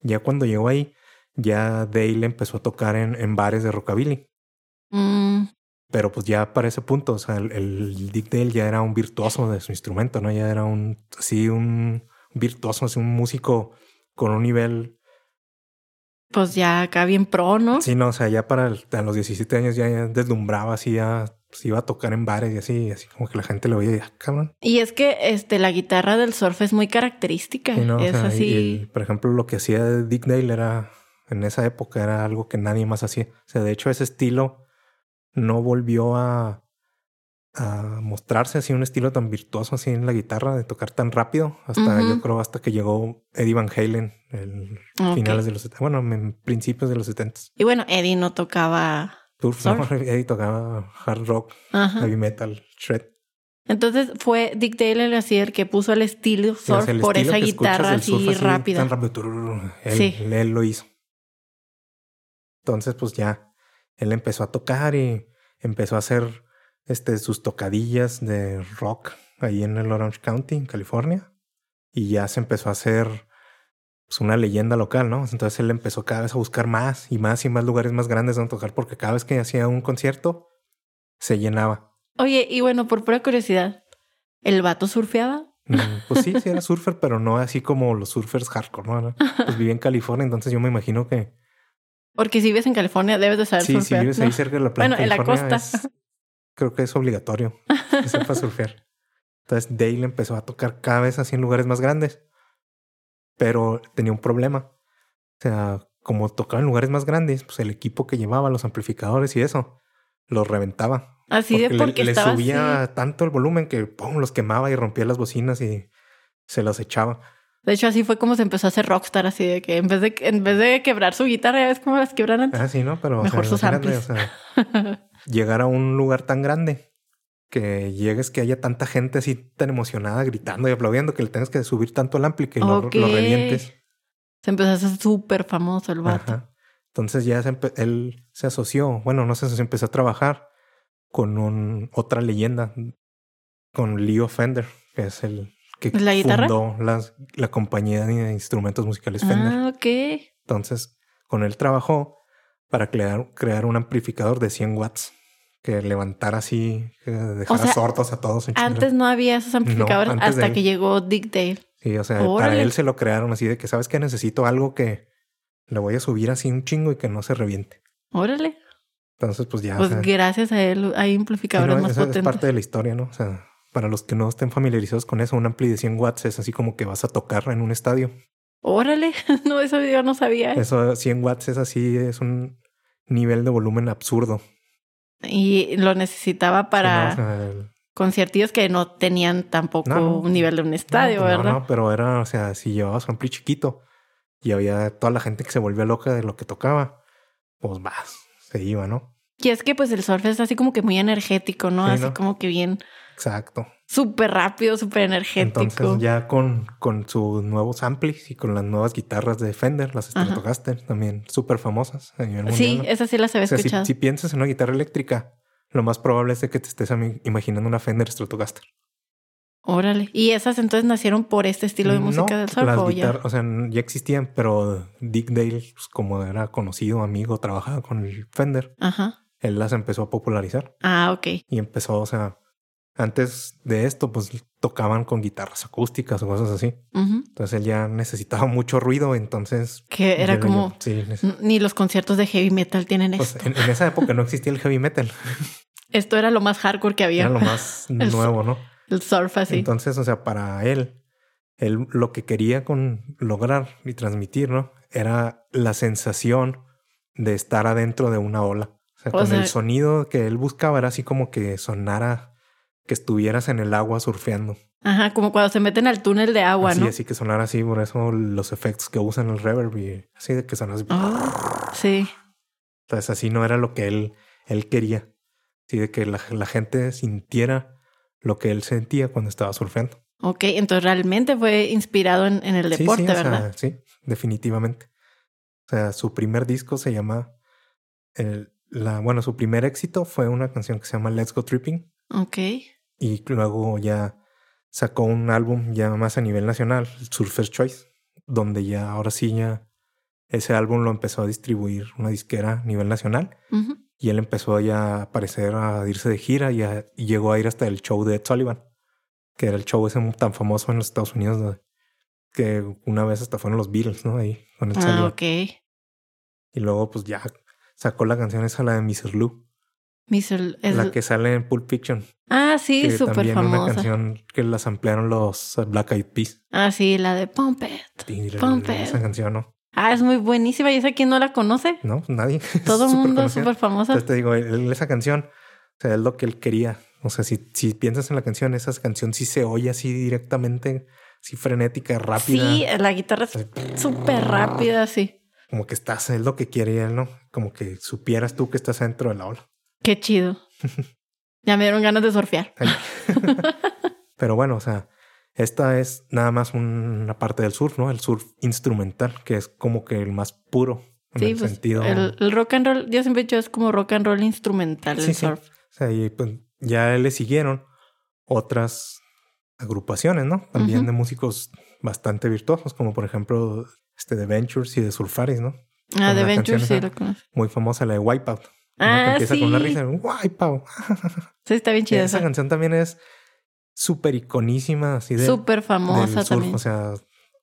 Speaker 2: Ya cuando llegó ahí, ya Dale empezó a tocar en, en bares de rockabilly.
Speaker 1: Mm,
Speaker 2: Pero pues ya para ese punto, o sea, el, el Dick Dale ya era un virtuoso de su instrumento, ¿no? Ya era un, así, un virtuoso, así, un músico con un nivel...
Speaker 1: pues ya acá bien pro, ¿no?
Speaker 2: Sí, no, o sea, ya para el- a los 17 años ya, ya deslumbraba, así ya pues, iba a tocar en bares y así, así como que la gente lo veía y, ah, cabrón.
Speaker 1: Y es que este la guitarra del surf es muy característica.
Speaker 2: Sí, no, o
Speaker 1: es
Speaker 2: sea, y-
Speaker 1: así.
Speaker 2: y, por ejemplo, lo que hacía Dick Dale era, en esa época, era algo que nadie más hacía. O sea, de hecho, ese estilo no volvió a, a mostrarse así un estilo tan virtuoso así en la guitarra, de tocar tan rápido, hasta
Speaker 1: Ujú.
Speaker 2: yo creo hasta que llegó Eddie Van Halen, el
Speaker 1: Ok.
Speaker 2: finales de los 70, bueno, en principios de los 70.
Speaker 1: Y bueno, Eddie no tocaba.
Speaker 2: Surf, ¿no?
Speaker 1: Surf.
Speaker 2: Eddie tocaba hard rock,
Speaker 1: Ajá.
Speaker 2: heavy metal, shred.
Speaker 1: Entonces fue Dick Dale el así el que puso el estilo
Speaker 2: Sí, o
Speaker 1: surf
Speaker 2: sea, el
Speaker 1: por
Speaker 2: estilo
Speaker 1: esa
Speaker 2: que escuchas
Speaker 1: guitarra
Speaker 2: del
Speaker 1: así,
Speaker 2: surf
Speaker 1: rápida.
Speaker 2: tan rápido, turururu, él,
Speaker 1: Sí.
Speaker 2: él lo hizo. Entonces, pues ya, él empezó a tocar y empezó a hacer este, sus tocadillas de rock ahí en el Orange County, en California. Y ya se empezó a hacer pues, una leyenda local, ¿no? Entonces él empezó cada vez a buscar más y más y más lugares más grandes donde tocar, porque cada vez que hacía un concierto, se llenaba.
Speaker 1: Oye, y bueno, por pura curiosidad, ¿el vato surfeaba?
Speaker 2: Mm, Pues sí, sí era surfer, pero no así como los surfers hardcore, ¿no? Era- Pues vivía en California, entonces yo me imagino que
Speaker 1: Porque si vives en California debes de saber
Speaker 2: sí, si
Speaker 1: surfear.
Speaker 2: vives ahí
Speaker 1: ¿no?
Speaker 2: cerca de la playa
Speaker 1: Bueno, en la
Speaker 2: California,
Speaker 1: costa.
Speaker 2: es- creo que es obligatorio que sepa surfear. Entonces Dale empezó a tocar cada vez así en lugares más grandes, pero tenía un problema. O sea, como tocaba en lugares más grandes, pues el equipo que llevaba, los amplificadores y eso, los reventaba.
Speaker 1: Así de
Speaker 2: Porque le-
Speaker 1: porque
Speaker 2: le,
Speaker 1: estaba
Speaker 2: subía
Speaker 1: así.
Speaker 2: tanto el volumen que pum, los quemaba y rompía las bocinas y se las echaba.
Speaker 1: De hecho, así fue como se empezó a hacer rockstar, así de que en vez de, en vez de quebrar su guitarra, ya ves cómo las quebran antes.
Speaker 2: Ah, sí, ¿no? Pero o
Speaker 1: Mejor
Speaker 2: sea,
Speaker 1: sus
Speaker 2: imagínate,
Speaker 1: amplis.
Speaker 2: o sea, llegar a un lugar tan grande que llegues que haya tanta gente así tan emocionada gritando y aplaudiendo que le tengas que subir tanto el ampli que lo-
Speaker 1: Ok.
Speaker 2: lo, revientes.
Speaker 1: Se empezó a hacer súper famoso el vato.
Speaker 2: Ajá. Entonces ya se empe- él se asoció, bueno, no se asoció, empezó a trabajar con un, otra leyenda, con Leo Fender, que es el que
Speaker 1: ¿La guitarra?
Speaker 2: fundó las- la compañía de instrumentos musicales Fender.
Speaker 1: Ah, ok.
Speaker 2: Entonces, con él trabajó para crear, crear un amplificador de 100 watts que levantara así, que dejara
Speaker 1: sea,
Speaker 2: sordos a todos. en chinga.
Speaker 1: Antes no había esos amplificadores
Speaker 2: antes de
Speaker 1: hasta
Speaker 2: él.
Speaker 1: que llegó Dick Dale.
Speaker 2: Sí, o sea,
Speaker 1: Órale.
Speaker 2: para él se lo crearon así de que, ¿sabes que Necesito algo que le voy a subir así un chingo y que no se reviente.
Speaker 1: Órale.
Speaker 2: Entonces, pues ya... o
Speaker 1: Pues
Speaker 2: sea,
Speaker 1: gracias a él hay
Speaker 2: sí, ¿no?
Speaker 1: amplificadores más
Speaker 2: Esa es
Speaker 1: potentes.
Speaker 2: parte de la historia, ¿no? O sea, para los que no estén familiarizados con eso, un ampli de 100 watts es así como que vas a tocar en un estadio.
Speaker 1: Órale, no, eso yo no sabía.
Speaker 2: Eso, 100 watts es así, es un nivel de volumen absurdo. Sí,
Speaker 1: Y lo necesitaba
Speaker 2: ¿no?
Speaker 1: para
Speaker 2: O sea, el-
Speaker 1: conciertillos que no tenían tampoco
Speaker 2: No, no.
Speaker 1: un nivel de un estadio,
Speaker 2: no, pues no,
Speaker 1: ¿verdad?
Speaker 2: no, pero era, o sea, si llevaba su ampli chiquito y había toda la gente que se volvía loca de lo que tocaba, pues vas, se iba, ¿no?
Speaker 1: Y es que pues el surf es así como que muy energético, ¿no?
Speaker 2: Sí,
Speaker 1: así
Speaker 2: ¿no?
Speaker 1: como que bien.
Speaker 2: Exacto.
Speaker 1: súper rápido, súper energético.
Speaker 2: Entonces ya con, con sus nuevos amplis y con las nuevas guitarras de Fender, las
Speaker 1: Ajá.
Speaker 2: Stratocaster, también súper famosas a nivel mundial.
Speaker 1: sí,
Speaker 2: ¿no?
Speaker 1: esas sí las había
Speaker 2: O sea, si,
Speaker 1: escuchado.
Speaker 2: si piensas en una guitarra eléctrica, lo más probable es de que te estés ami- imaginando una Fender Stratocaster.
Speaker 1: Órale. ¿Y esas entonces nacieron por este estilo de música
Speaker 2: Mm, No,
Speaker 1: del surf
Speaker 2: las
Speaker 1: o ya?
Speaker 2: guitar- o sea, ya existían, pero Dick Dale, pues, como era conocido, amigo, trabajaba con el Fender,
Speaker 1: Ajá.
Speaker 2: él las empezó a popularizar
Speaker 1: Ah, ok.
Speaker 2: y empezó, o sea, antes de esto, pues tocaban con guitarras acústicas o cosas así.
Speaker 1: Ujú.
Speaker 2: Entonces él ya necesitaba mucho ruido, entonces...
Speaker 1: Que era
Speaker 2: yo- yo-
Speaker 1: como...
Speaker 2: sí, en ese-
Speaker 1: "N- Ni los conciertos de heavy metal tienen
Speaker 2: pues,
Speaker 1: esto.
Speaker 2: en, en esa época no existía el heavy metal,
Speaker 1: Esto era lo más hardcore que había.
Speaker 2: era lo más
Speaker 1: El so-
Speaker 2: nuevo, ¿no?
Speaker 1: El surf así.
Speaker 2: Entonces, o sea, para él, él lo que quería con lograr y transmitir, ¿no? Era la sensación de estar adentro de una ola. O sea,
Speaker 1: O
Speaker 2: con
Speaker 1: sea-
Speaker 2: el sonido que él buscaba era así como que sonara, que estuvieras en el agua surfeando.
Speaker 1: Ajá, como cuando se meten al túnel de agua,
Speaker 2: así,
Speaker 1: ¿no?
Speaker 2: así que sonara así, por eso los efectos que usan el reverb y así de que sonara así.
Speaker 1: Ah, sí.
Speaker 2: Entonces, así no era lo que él, él quería. Así de que la, la gente sintiera lo que él sentía cuando estaba surfeando.
Speaker 1: Ok, entonces realmente fue inspirado en, en el
Speaker 2: Sí, sí,
Speaker 1: deporte,
Speaker 2: o sea,
Speaker 1: ¿verdad?
Speaker 2: sí, definitivamente. O sea, su primer disco se llama. el- la, bueno, su primer éxito fue una canción que se llama Let's Go Tripping.
Speaker 1: Ok.
Speaker 2: Y luego ya sacó un álbum ya más a nivel nacional, Surfer's Choice, donde ya ahora sí ya ese álbum lo empezó a distribuir una disquera a nivel nacional.
Speaker 1: Ujú.
Speaker 2: Y él empezó ya a aparecer, a irse de gira y, a- y llegó a ir hasta el show de Ed Sullivan, que era el show ese tan famoso en los Estados Unidos, ¿no? que una vez hasta fueron los Beatles, ¿no? Ahí con Ed
Speaker 1: Ah,
Speaker 2: Sullivan.
Speaker 1: ok.
Speaker 2: Y luego pues ya sacó la canción esa, la de Mrs. Lou,
Speaker 1: Miss- es-
Speaker 2: la que sale en Pulp Fiction,
Speaker 1: Ah, sí,
Speaker 2: que
Speaker 1: súper
Speaker 2: también una
Speaker 1: famosa.
Speaker 2: canción que las ampliaron los Black Eyed Peas.
Speaker 1: Ah, sí, la de Pump It.
Speaker 2: Y
Speaker 1: Pump
Speaker 2: esa
Speaker 1: It.
Speaker 2: canción, ¿no?
Speaker 1: Ah, es muy buenísima. ¿Y esa quién no la conoce?
Speaker 2: No, pues, nadie. Es
Speaker 1: Todo el
Speaker 2: súper
Speaker 1: mundo
Speaker 2: conocida.
Speaker 1: súper famosa.
Speaker 2: Entonces te digo, él- esa canción, o sea, es lo que él quería. O sea, si, si piensas en la canción, esa canción sí se oye así directamente, así frenética, rápida.
Speaker 1: Sí, la guitarra es súper rápida, sí.
Speaker 2: Como que estás, es lo que quiere él, ¿no? Como que supieras tú que estás dentro de la ola.
Speaker 1: Qué chido. Ya me dieron ganas de surfear.
Speaker 2: Pero bueno, o sea, esta es nada más una parte del surf, ¿no? El surf instrumental, que es como que el más puro en
Speaker 1: Sí,
Speaker 2: el
Speaker 1: pues
Speaker 2: sentido.
Speaker 1: el, el rock and roll, yo siempre he dicho, es como rock and roll instrumental
Speaker 2: Sí,
Speaker 1: el
Speaker 2: sí.
Speaker 1: surf.
Speaker 2: O sea, y pues ya le siguieron otras agrupaciones, ¿no? También
Speaker 1: Ujú.
Speaker 2: de músicos bastante virtuosos, como por ejemplo este de Ventures y de Surfaris, ¿no?
Speaker 1: Ah, The
Speaker 2: la
Speaker 1: Venture
Speaker 2: canción
Speaker 1: sí
Speaker 2: esa.
Speaker 1: lo conozco.
Speaker 2: Muy famosa la de Wipeout. ¿no? que
Speaker 1: Ah,
Speaker 2: empieza
Speaker 1: sí.
Speaker 2: con una risa, Wipeout.
Speaker 1: Sí, está bien chida
Speaker 2: Esa
Speaker 1: esa.
Speaker 2: canción también es súper iconísima, así de,
Speaker 1: Súper
Speaker 2: del
Speaker 1: famosa
Speaker 2: surf.
Speaker 1: también.
Speaker 2: O sea,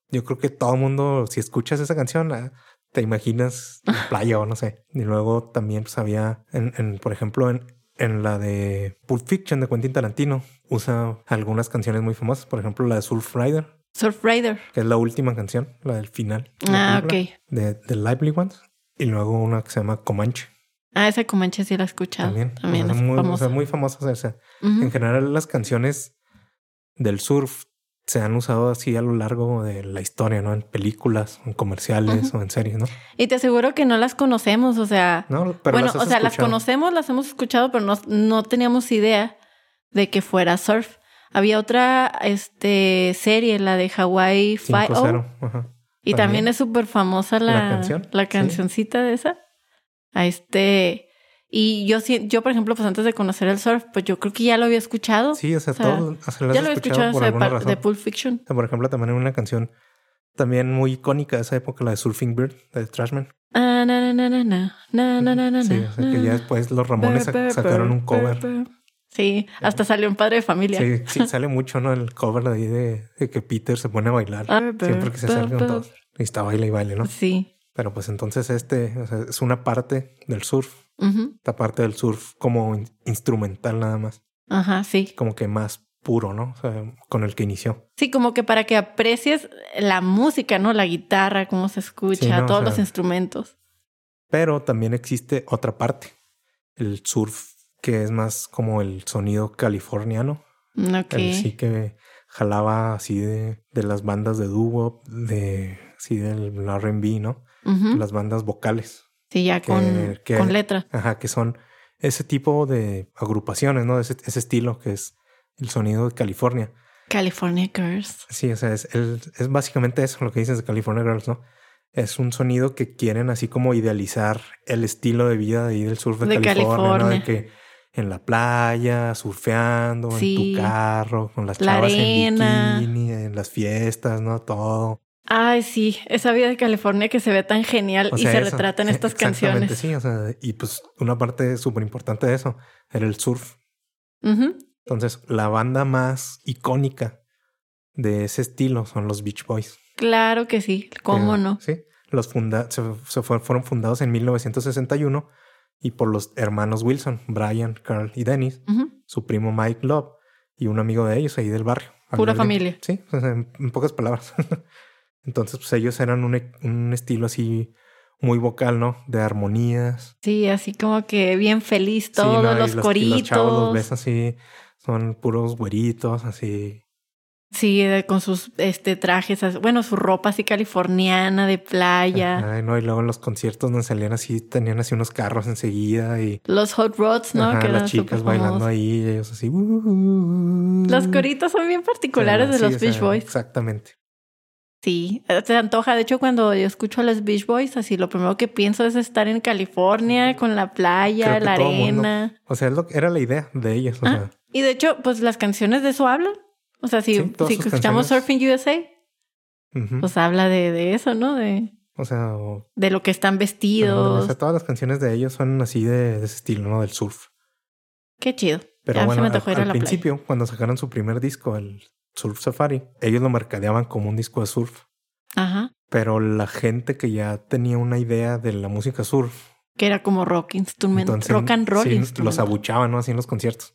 Speaker 2: yo creo que todo el mundo, si escuchas esa canción, ah, te imaginas la playa o no sé. Y luego también pues, había, en, en, por ejemplo, en, en la de Pulp Fiction de Quentin Tarantino, usa algunas canciones muy famosas. Por ejemplo, la de Surf Rider,
Speaker 1: Surf Rider.
Speaker 2: que es la última canción, la del final. de la
Speaker 1: Ah,
Speaker 2: película,
Speaker 1: ok.
Speaker 2: De The Lively Ones. Y luego una que se llama Comanche
Speaker 1: Ah, esa Comanche sí la he escuchado.
Speaker 2: también.
Speaker 1: Ah, También,
Speaker 2: O sea,
Speaker 1: es
Speaker 2: muy, o sea,
Speaker 1: famosa.
Speaker 2: muy famosas. O sea,
Speaker 1: Ujú.
Speaker 2: en general, las canciones del surf se han usado así a lo largo de la historia, ¿no? En películas, en comerciales o en series, ¿no?
Speaker 1: Y te aseguro que no las conocemos, o sea...
Speaker 2: No, pero
Speaker 1: bueno,
Speaker 2: las
Speaker 1: o
Speaker 2: has
Speaker 1: sea, las
Speaker 2: escuchado.
Speaker 1: conocemos, las hemos escuchado, pero no, no teníamos idea de que fuera surf. Había otra este, serie, la de Hawaii Five-O,
Speaker 2: 5-0, ajá.
Speaker 1: y también,
Speaker 2: también.
Speaker 1: es súper famosa la,
Speaker 2: La canción,
Speaker 1: la
Speaker 2: sí.
Speaker 1: cancioncita de esa. A este... Y yo, sí- yo, por ejemplo, pues antes de conocer el surf, pues yo creo que ya lo había escuchado.
Speaker 2: Sí, o sea,
Speaker 1: O sea,
Speaker 2: todo o sea, las
Speaker 1: ya
Speaker 2: has
Speaker 1: lo había
Speaker 2: escuchado
Speaker 1: escuchado o sea,
Speaker 2: por
Speaker 1: de,
Speaker 2: alguna
Speaker 1: par-
Speaker 2: razón.
Speaker 1: de Pulp Fiction.
Speaker 2: O sea, por ejemplo, también una canción también muy icónica de esa época, la de Surfing Bird, de Trashman.
Speaker 1: Ah, na, na, na, na, na, na, na, na, na,
Speaker 2: Sí, o sea,
Speaker 1: na,
Speaker 2: que ya
Speaker 1: na.
Speaker 2: después los Ramones
Speaker 1: Bur,
Speaker 2: sac-
Speaker 1: bur,
Speaker 2: sacaron
Speaker 1: bur,
Speaker 2: un cover.
Speaker 1: bur, bur. Sí, hasta salió un padre de familia.
Speaker 2: Sí, sí, sale mucho, ¿no? El cover de ahí de, de que Peter se pone a bailar.
Speaker 1: Ah, bur,
Speaker 2: Siempre que se
Speaker 1: bur,
Speaker 2: salgan
Speaker 1: bur.
Speaker 2: todos. Y está baile y baile, ¿no?
Speaker 1: Sí.
Speaker 2: Pero pues entonces este o sea, es una parte del surf,
Speaker 1: Ujú.
Speaker 2: esta parte del surf como in- instrumental nada más,
Speaker 1: Ajá, sí.
Speaker 2: como que más puro, ¿no? O sea, con el que inició.
Speaker 1: Sí, como que para que aprecies la música, ¿no? La guitarra, cómo se escucha,
Speaker 2: Sí, no, o
Speaker 1: todos
Speaker 2: sea-
Speaker 1: los instrumentos.
Speaker 2: Pero también existe otra parte, el surf que es más como el sonido californiano,
Speaker 1: Mm, Ok.
Speaker 2: el sí que jalaba así de, de las bandas de dúo, de así del R&B, ¿no?
Speaker 1: Ujú.
Speaker 2: Las bandas vocales.
Speaker 1: Sí, ya
Speaker 2: que-
Speaker 1: con,
Speaker 2: que-
Speaker 1: con letras.
Speaker 2: Ajá, que son ese tipo de agrupaciones, ¿no? Ese, ese estilo que es el sonido de California.
Speaker 1: California Girls.
Speaker 2: Sí, o sea, es, el- es básicamente eso lo que dices de California Girls, ¿no? Es un sonido que quieren así como idealizar el estilo de vida de ahí del sur de,
Speaker 1: De
Speaker 2: California, ¿no? De
Speaker 1: California.
Speaker 2: que en la playa, surfeando,
Speaker 1: Sí.
Speaker 2: en tu carro, con las
Speaker 1: La
Speaker 2: chavas
Speaker 1: arena.
Speaker 2: en bikini, en las fiestas, ¿no? Todo.
Speaker 1: Ay, sí, esa vida de California que se ve tan genial
Speaker 2: O
Speaker 1: y
Speaker 2: sea,
Speaker 1: se
Speaker 2: eso.
Speaker 1: retratan
Speaker 2: Sí,
Speaker 1: estas
Speaker 2: exactamente,
Speaker 1: canciones.
Speaker 2: Sí, o sea, y pues una parte súper importante de eso era el surf.
Speaker 1: Ujú.
Speaker 2: Entonces, la banda más icónica de ese estilo son los Beach Boys.
Speaker 1: Claro que sí, cómo
Speaker 2: Eh,
Speaker 1: no.
Speaker 2: Sí, los funda se, se fue- fueron fundados en 1961 y por los hermanos Wilson, Brian, Carl y Dennis,
Speaker 1: Ujú.
Speaker 2: su primo Mike Love y un amigo de ellos ahí del barrio.
Speaker 1: Pura
Speaker 2: Alberto.
Speaker 1: familia.
Speaker 2: Sí, pues, en, en pocas palabras. Entonces, pues ellos eran un, e- un estilo así muy vocal, ¿no? De armonías.
Speaker 1: Sí, así como que bien feliz
Speaker 2: Sí,
Speaker 1: todos
Speaker 2: ¿no? Y
Speaker 1: los
Speaker 2: y
Speaker 1: coritos.
Speaker 2: los chavos los ves así, son puros güeritos, así
Speaker 1: Sí, de- con sus este trajes, as- bueno, su ropa así californiana de playa.
Speaker 2: Ajá, y no, y luego en los conciertos donde salían así, tenían así unos carros enseguida y
Speaker 1: Los hot rods, ¿no?
Speaker 2: ajá,
Speaker 1: que eran
Speaker 2: las chicas
Speaker 1: súper
Speaker 2: bailando
Speaker 1: famosos.
Speaker 2: ahí, y ellos así. "Uh, uh, uh".
Speaker 1: Los coritos son bien
Speaker 2: O sea,
Speaker 1: particulares de
Speaker 2: sí,
Speaker 1: los
Speaker 2: o sea,
Speaker 1: Beach Boys.
Speaker 2: Exactamente.
Speaker 1: Sí, eh, se antoja. De hecho, cuando yo escucho a los Beach Boys, así lo primero que pienso es estar en California, con la playa,
Speaker 2: Creo que
Speaker 1: la
Speaker 2: todo mundo.
Speaker 1: arena.
Speaker 2: O sea, es lo que- era la idea de ellos. O
Speaker 1: Ah,
Speaker 2: sea,
Speaker 1: Y de hecho, pues las canciones de eso hablan. O sea, si,
Speaker 2: Sí, todas
Speaker 1: si
Speaker 2: sus
Speaker 1: escuchamos
Speaker 2: canciones.
Speaker 1: Surfing USA,
Speaker 2: ujú.
Speaker 1: pues habla de, de eso, ¿no? De,
Speaker 2: o sea, o-
Speaker 1: de lo que están
Speaker 2: o
Speaker 1: vestidos.
Speaker 2: sea, todas las canciones de ellos son así de, de ese estilo, ¿no? Del surf.
Speaker 1: Qué chido.
Speaker 2: Pero
Speaker 1: Ya se
Speaker 2: bueno,
Speaker 1: me
Speaker 2: al,
Speaker 1: antojó ir a
Speaker 2: al
Speaker 1: la playa.
Speaker 2: principio, cuando sacaron su primer disco, el Surf Safari, ellos lo mercadeaban como un disco de surf.
Speaker 1: Ajá.
Speaker 2: Pero la gente que ya tenía una idea de la música surf
Speaker 1: Que era como rock instrument,
Speaker 2: Entonces,
Speaker 1: rock and roll
Speaker 2: sí, los
Speaker 1: instrumental.
Speaker 2: abuchaban, ¿no? Así en los conciertos.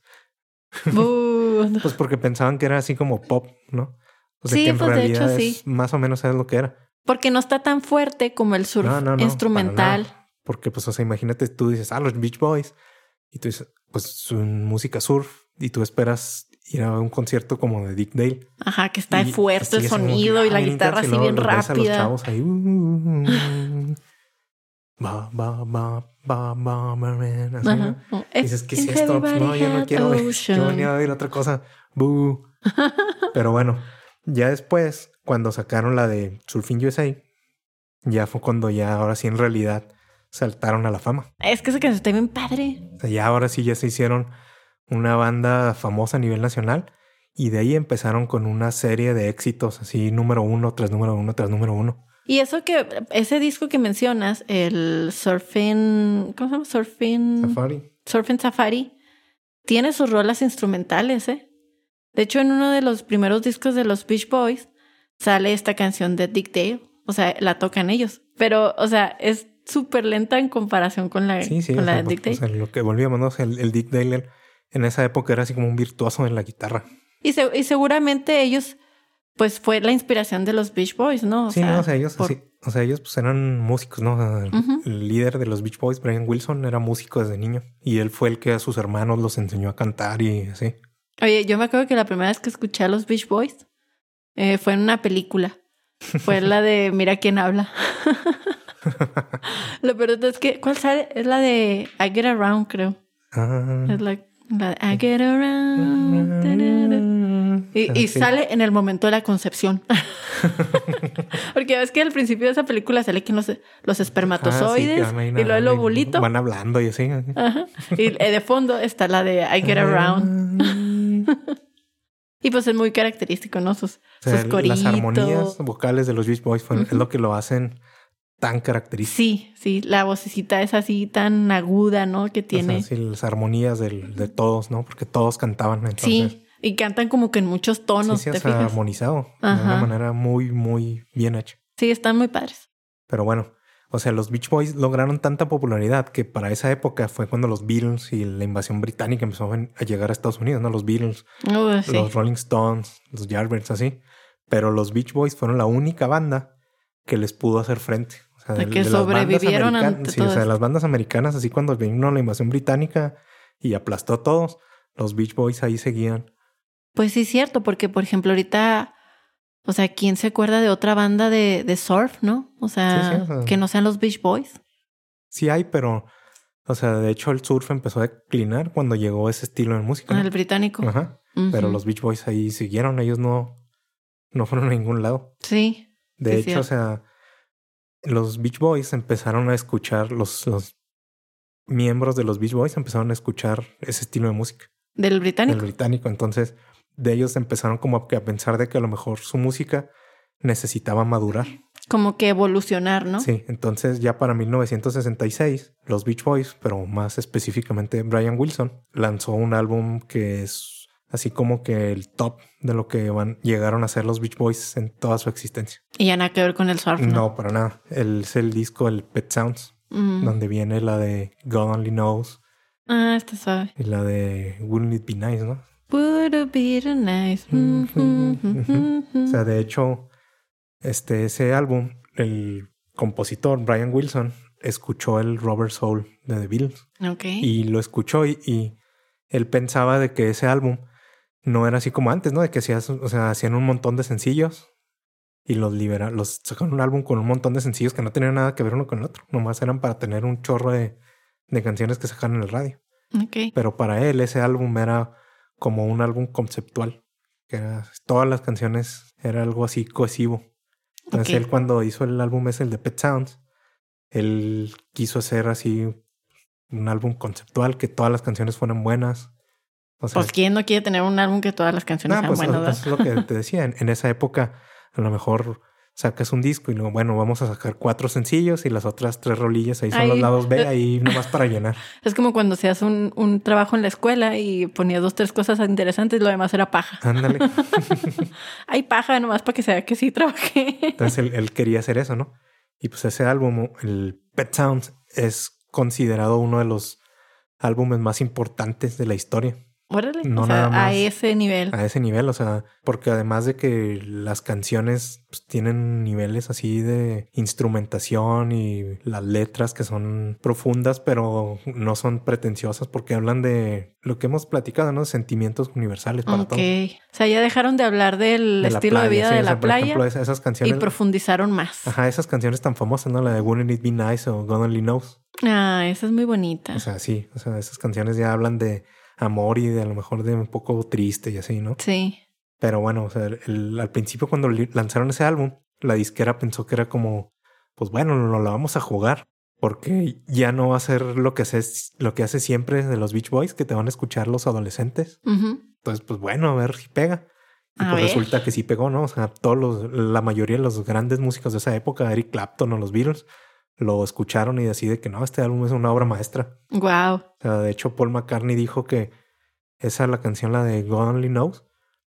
Speaker 1: Buu.
Speaker 2: Pues porque pensaban que era así como pop, ¿no? O sea,
Speaker 1: Sí,
Speaker 2: que en
Speaker 1: pues, de
Speaker 2: realidad
Speaker 1: hecho,
Speaker 2: es
Speaker 1: sí.
Speaker 2: más o menos es lo que era.
Speaker 1: Porque no está tan fuerte como el surf
Speaker 2: No, no, no, para
Speaker 1: instrumental.
Speaker 2: nada. Porque, pues, o sea, imagínate, tú dices, ah, los Beach Boys. Y tú dices, pues, su música surf. Y tú esperas ir a un concierto como de Dick Dale.
Speaker 1: Ajá, que está
Speaker 2: Y
Speaker 1: fuerte
Speaker 2: así
Speaker 1: el
Speaker 2: es como que,
Speaker 1: sonido y
Speaker 2: ah,
Speaker 1: la
Speaker 2: bien
Speaker 1: guitarra
Speaker 2: intenso,
Speaker 1: así
Speaker 2: y
Speaker 1: bien
Speaker 2: luego los ves a los
Speaker 1: rápida.
Speaker 2: chavos ahí, uh, uh, uh, uh. Ba, ba, ba, ba, ba, ba, man, así, ¿no?
Speaker 1: Ajá. No,
Speaker 2: Y
Speaker 1: es-
Speaker 2: Dices, ¿qué es
Speaker 1: Everybody
Speaker 2: esto? No, yo no
Speaker 1: had
Speaker 2: quiero ver.
Speaker 1: ocean.
Speaker 2: Yo venía a ver otra cosa. Boo. Pero bueno, ya después, cuando sacaron la de Surfing USA, ya fue cuando ya ahora sí en realidad saltaron a la fama.
Speaker 1: Es que esa canción está bien padre.
Speaker 2: O sea, ya ahora sí ya se hicieron una banda famosa a nivel nacional y de ahí empezaron con una serie de éxitos, así número uno, tras número uno, tras número uno.
Speaker 1: Y eso que, ese disco que mencionas, el Surfing, ¿cómo se llama? Surfing
Speaker 2: Safari.
Speaker 1: Surfing Safari, tiene sus rolas instrumentales, ¿eh? De hecho, en uno de los primeros discos de los Beach Boys sale esta canción de Dick Dale. O sea, la tocan ellos. Pero, o sea, es súper lenta en comparación con la,
Speaker 2: Sí, sí.
Speaker 1: con
Speaker 2: o
Speaker 1: la
Speaker 2: sea,
Speaker 1: de Dick
Speaker 2: porque, o
Speaker 1: Dale.
Speaker 2: sea, lo que volvíamos, ¿no? O sea, el, el Dick Dale en esa época era así como un virtuoso en la guitarra.
Speaker 1: Y, se- y seguramente ellos, pues fue la inspiración de los Beach Boys, ¿no? O
Speaker 2: sí, no, o sea, ellos
Speaker 1: por-
Speaker 2: así- o sea, ellos pues eran músicos, ¿no? O sea, el-
Speaker 1: Ujú.
Speaker 2: El líder de los Beach Boys, Brian Wilson, era músico desde niño. Y él fue el que a sus hermanos los enseñó a cantar y así.
Speaker 1: Oye, yo me acuerdo que la primera vez que escuché a los Beach Boys eh, fue en una película. Fue la de Mira quién habla. Lo peor es que, ¿cuál sale? Es la de I Get Around, creo.
Speaker 2: Ah.
Speaker 1: Es la, la de I Get Around. tarara. Y, y
Speaker 2: Así.
Speaker 1: sale en el momento de la concepción. Porque ves que al principio de esa película sale que los, los
Speaker 2: Ah, sí, que
Speaker 1: espermatozoides
Speaker 2: van ahí
Speaker 1: y luego el
Speaker 2: nadando y
Speaker 1: ovulito.
Speaker 2: Van hablando y así.
Speaker 1: Ajá. Y eh, de fondo está la de I
Speaker 2: Ah.
Speaker 1: Get Around. Y pues es muy característico, ¿no? Sus,
Speaker 2: O sea,
Speaker 1: sus coritos.
Speaker 2: las armonías vocales de los Beach Boys fueron- es lo que lo hacen tan característico.
Speaker 1: Sí, sí, la vocecita es así tan aguda, ¿no? Que
Speaker 2: O sea,
Speaker 1: tiene.
Speaker 2: sí, las armonías del- de todos, ¿no? Porque todos cantaban. Entonces,
Speaker 1: sí, y cantan como que en muchos tonos,
Speaker 2: sí, sí, o
Speaker 1: ¿te
Speaker 2: sea,
Speaker 1: fijas?
Speaker 2: armonizado. De
Speaker 1: Ajá.
Speaker 2: una manera muy, muy bien hecha.
Speaker 1: Sí, están muy padres.
Speaker 2: Pero bueno, o sea, los Beach Boys lograron tanta popularidad que para esa época fue cuando los Beatles y la invasión británica empezó a ven- a llegar a Estados Unidos, ¿no? Los Beatles,
Speaker 1: Uy, sí.
Speaker 2: los Rolling Stones, los Yardbirds, así. Pero los Beach Boys fueron la única banda que les pudo hacer frente. O sea,
Speaker 1: De
Speaker 2: de-
Speaker 1: que
Speaker 2: de las bandas
Speaker 1: sobrevivieron
Speaker 2: american-
Speaker 1: ante
Speaker 2: sí, o
Speaker 1: todo
Speaker 2: sea,
Speaker 1: esto.
Speaker 2: las bandas americanas, así cuando vino la invasión británica y aplastó a todos, los Beach Boys ahí seguían.
Speaker 1: Pues sí, cierto, porque por ejemplo, ahorita, o sea, ¿quién se acuerda de otra banda de, de surf, no? O sea,
Speaker 2: Sí, sí, o sea.
Speaker 1: que no sean los Beach Boys.
Speaker 2: Sí hay, pero, o sea, de hecho el surf empezó a declinar cuando llegó ese estilo de música. ¿no?
Speaker 1: El británico.
Speaker 2: Ajá. Pero
Speaker 1: Ujú.
Speaker 2: los Beach Boys ahí siguieron, ellos no, no fueron a ningún lado.
Speaker 1: Sí,
Speaker 2: De
Speaker 1: Sí, cierto.
Speaker 2: hecho, o sea, los Beach Boys empezaron a escuchar, los, los miembros de los Beach Boys empezaron a escuchar ese estilo de música,
Speaker 1: del
Speaker 2: el
Speaker 1: británico.
Speaker 2: británico. Entonces, de ellos empezaron como a que a pensar de que a lo mejor su música necesitaba madurar.
Speaker 1: Como que evolucionar, ¿no?
Speaker 2: Sí, entonces ya para 1966, los Beach Boys, pero más específicamente Brian Wilson, lanzó un álbum que es así como que el top de lo que van, llegaron a ser los Beach Boys en toda su existencia.
Speaker 1: Y ya nada que ver con el surf,
Speaker 2: No,
Speaker 1: ¿no?
Speaker 2: para nada. El, es el disco, el Pet Sounds,
Speaker 1: Mm.
Speaker 2: donde viene la de God Only Knows
Speaker 1: Ah, está suave.
Speaker 2: y la de Wouldn't It Be Nice, ¿no?
Speaker 1: Would it be the nice? Mm,
Speaker 2: Ujú,
Speaker 1: mm,
Speaker 2: ujú.
Speaker 1: mm, mm.
Speaker 2: O sea, de hecho, este, ese álbum, el compositor Brian Wilson escuchó el Robert Soul de The Beatles.
Speaker 1: Ok.
Speaker 2: y lo escuchó y, y él pensaba de que ese álbum no era así como antes, ¿no? De que hacías, o sea, hacían un montón de sencillos y los liberaron, los sacaron un álbum con un montón de sencillos que no tenían nada que ver uno con el otro, nomás eran para tener un chorro de, de canciones que sacaron en el radio.
Speaker 1: ok.
Speaker 2: Pero para él ese álbum era como un álbum conceptual, que era, todas las canciones era algo así cohesivo. Entonces
Speaker 1: Ok.
Speaker 2: él cuando hizo el álbum es el de Pet Sounds, él quiso hacer así un álbum conceptual, que todas las canciones fueran buenas. O sea,
Speaker 1: Pues quién no quiere tener un álbum que todas las
Speaker 2: no,
Speaker 1: canciones sean
Speaker 2: pues,
Speaker 1: buenas,
Speaker 2: o-
Speaker 1: ¿verdad?
Speaker 2: pues, es lo que te decía. En, en esa época a lo mejor sacas un disco y luego, bueno, vamos a sacar cuatro sencillos y las otras tres rolillas ahí son los
Speaker 1: Ahí.
Speaker 2: lados B, ahí nomás para llenar.
Speaker 1: Es como cuando se hace un, un trabajo en la escuela y ponía dos, tres cosas interesantes y lo demás era paja.
Speaker 2: Ándale.
Speaker 1: Hay paja nomás para que se vea que sí trabajé.
Speaker 2: Entonces él, él quería hacer eso, ¿no? Y pues ese álbum, el Pet Sounds, es considerado uno de los álbumes más importantes de la historia.
Speaker 1: Órale.
Speaker 2: No,
Speaker 1: o sea,
Speaker 2: nada más.
Speaker 1: a ese nivel.
Speaker 2: a ese nivel, o sea, porque además de que las canciones pues, tienen niveles así de instrumentación y las letras que son profundas, pero no son pretenciosas porque hablan de lo que hemos platicado, ¿no? Sentimientos universales para
Speaker 1: ok.
Speaker 2: todos.
Speaker 1: O sea, ya dejaron de hablar del
Speaker 2: De la
Speaker 1: estilo de
Speaker 2: playa,
Speaker 1: vida
Speaker 2: sí,
Speaker 1: de
Speaker 2: o sea,
Speaker 1: la
Speaker 2: por
Speaker 1: playa
Speaker 2: ejemplo, esas, esas
Speaker 1: y
Speaker 2: canciones.
Speaker 1: profundizaron más.
Speaker 2: Ajá, esas canciones tan famosas, ¿no? La de Wouldn't It Be Nice o God Only Knows.
Speaker 1: Ah, esa es muy bonita.
Speaker 2: O sea, sí, o sea, esas canciones ya hablan de amor y de a lo mejor de un poco triste y así, ¿no?
Speaker 1: sí.
Speaker 2: Pero bueno, o sea, el- el- al principio cuando li- lanzaron ese álbum, la disquera pensó que era como, pues bueno, no la vamos a jugar, porque ya no va a ser lo que, hace, lo que hace siempre de los Beach Boys, que te van a escuchar los adolescentes.
Speaker 1: Ujú.
Speaker 2: Entonces, pues bueno, a ver si pega. Y
Speaker 1: A
Speaker 2: pues
Speaker 1: ver.
Speaker 2: resulta que sí pegó, ¿no? O sea, todos los, la mayoría de los grandes músicos de esa época, Eric Clapton o los Beatles, lo escucharon y decide que no, este álbum es una obra maestra.
Speaker 1: Wow.
Speaker 2: O sea, de hecho, Paul McCartney dijo que esa la canción, la de God Only Knows,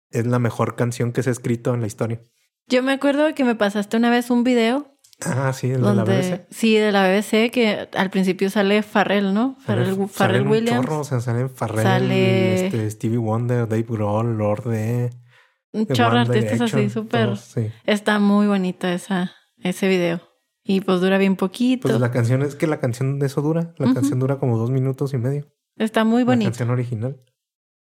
Speaker 2: es la mejor canción que se ha escrito en la historia.
Speaker 1: Yo me acuerdo que me pasaste una vez un video
Speaker 2: Ah, sí, el
Speaker 1: donde
Speaker 2: de la BBC.
Speaker 1: sí de la BBC que al principio sale Farrell, ¿no? Farrell,
Speaker 2: Salen-
Speaker 1: Farrell
Speaker 2: salen un
Speaker 1: Williams.
Speaker 2: chorro, o sea, salen Farrell,
Speaker 1: Sale-
Speaker 2: este, Stevie Wonder, Dave Grohl, Lord de...
Speaker 1: Un chorro de artistas así súper.
Speaker 2: Sí.
Speaker 1: Está muy bonita esa ese video. Y pues dura bien poquito.
Speaker 2: Pues la canción es que la canción de eso dura. La
Speaker 1: Ujú.
Speaker 2: canción dura como dos minutos y medio.
Speaker 1: Está muy
Speaker 2: La
Speaker 1: bonita.
Speaker 2: canción original.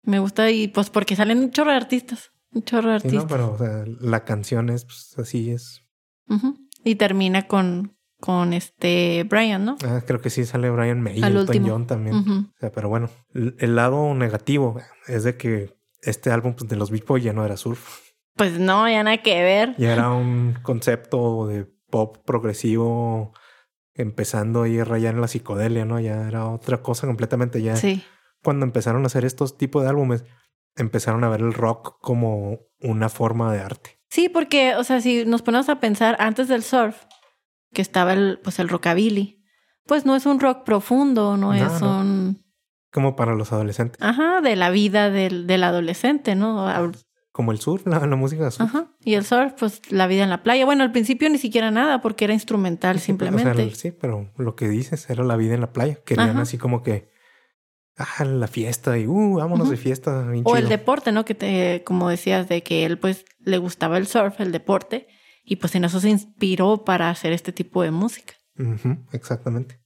Speaker 1: Me gusta y pues porque salen un chorro de artistas. Un chorro de
Speaker 2: Sí, no,
Speaker 1: artistas.
Speaker 2: pero o sea, la canción es pues, así es.
Speaker 1: Ujú. Y termina con, con este Brian, ¿no?
Speaker 2: Ah, creo que sí sale Brian May,
Speaker 1: Al
Speaker 2: Elton
Speaker 1: último.
Speaker 2: John también.
Speaker 1: Ujú.
Speaker 2: O sea, pero bueno, l- el lado negativo es de que este álbum pues, de los Beach Boys ya no era surf.
Speaker 1: Pues no, ya nada que ver.
Speaker 2: Ya era un concepto de pop progresivo empezando ahí a rayar en la psicodelia, ¿no? Ya era otra cosa completamente. Ya
Speaker 1: Sí.
Speaker 2: cuando empezaron a hacer estos tipos de álbumes, empezaron a ver el rock como una forma de arte.
Speaker 1: Sí, porque, o sea, si nos ponemos a pensar antes del surf, que estaba el, pues el rockabilly, pues no es un rock profundo, no,
Speaker 2: No,
Speaker 1: es
Speaker 2: no.
Speaker 1: un,
Speaker 2: Como para los adolescentes.
Speaker 1: ajá, de la vida del, del adolescente, ¿no? Al-
Speaker 2: Como el surf, la, la música surf.
Speaker 1: Ajá. Y el surf, pues la vida en la playa. Bueno, al principio ni siquiera nada, porque era instrumental
Speaker 2: Sí, pero, o sea,
Speaker 1: simplemente.
Speaker 2: sí, pero lo que dices era la vida en la playa. Querían
Speaker 1: Ajá.
Speaker 2: así como que... Ah, la fiesta y... Uh, vámonos
Speaker 1: Ujú.
Speaker 2: de fiesta. bien
Speaker 1: O el
Speaker 2: chido.
Speaker 1: deporte, ¿no? Que te, como decías, de que él pues le gustaba el surf, el deporte, y pues en eso se inspiró para hacer este tipo de música.
Speaker 2: Ujú, exactamente.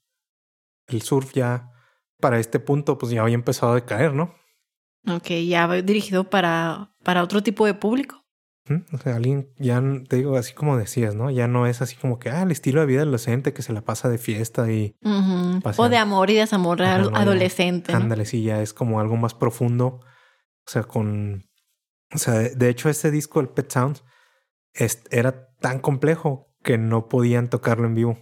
Speaker 2: El surf ya, para este punto, pues ya había empezado a decaer, ¿no?
Speaker 1: Ok, ya va dirigido para, para otro tipo de público.
Speaker 2: Ujú, O sea, alguien ya, n- te digo, así como decías, ¿no? Ya no es así como que, ah, el estilo de vida adolescente que se la pasa de fiesta y
Speaker 1: Ujú. O
Speaker 2: Paseando.
Speaker 1: de amor y desamor
Speaker 2: Ajá,
Speaker 1: al-
Speaker 2: no, ya.
Speaker 1: adolescente. ¿no?
Speaker 2: ándale, sí, ya es como algo más profundo O sea, con. O sea, de, de hecho, este disco, el Pet Sounds, es- era tan complejo que no podían tocarlo en vivo.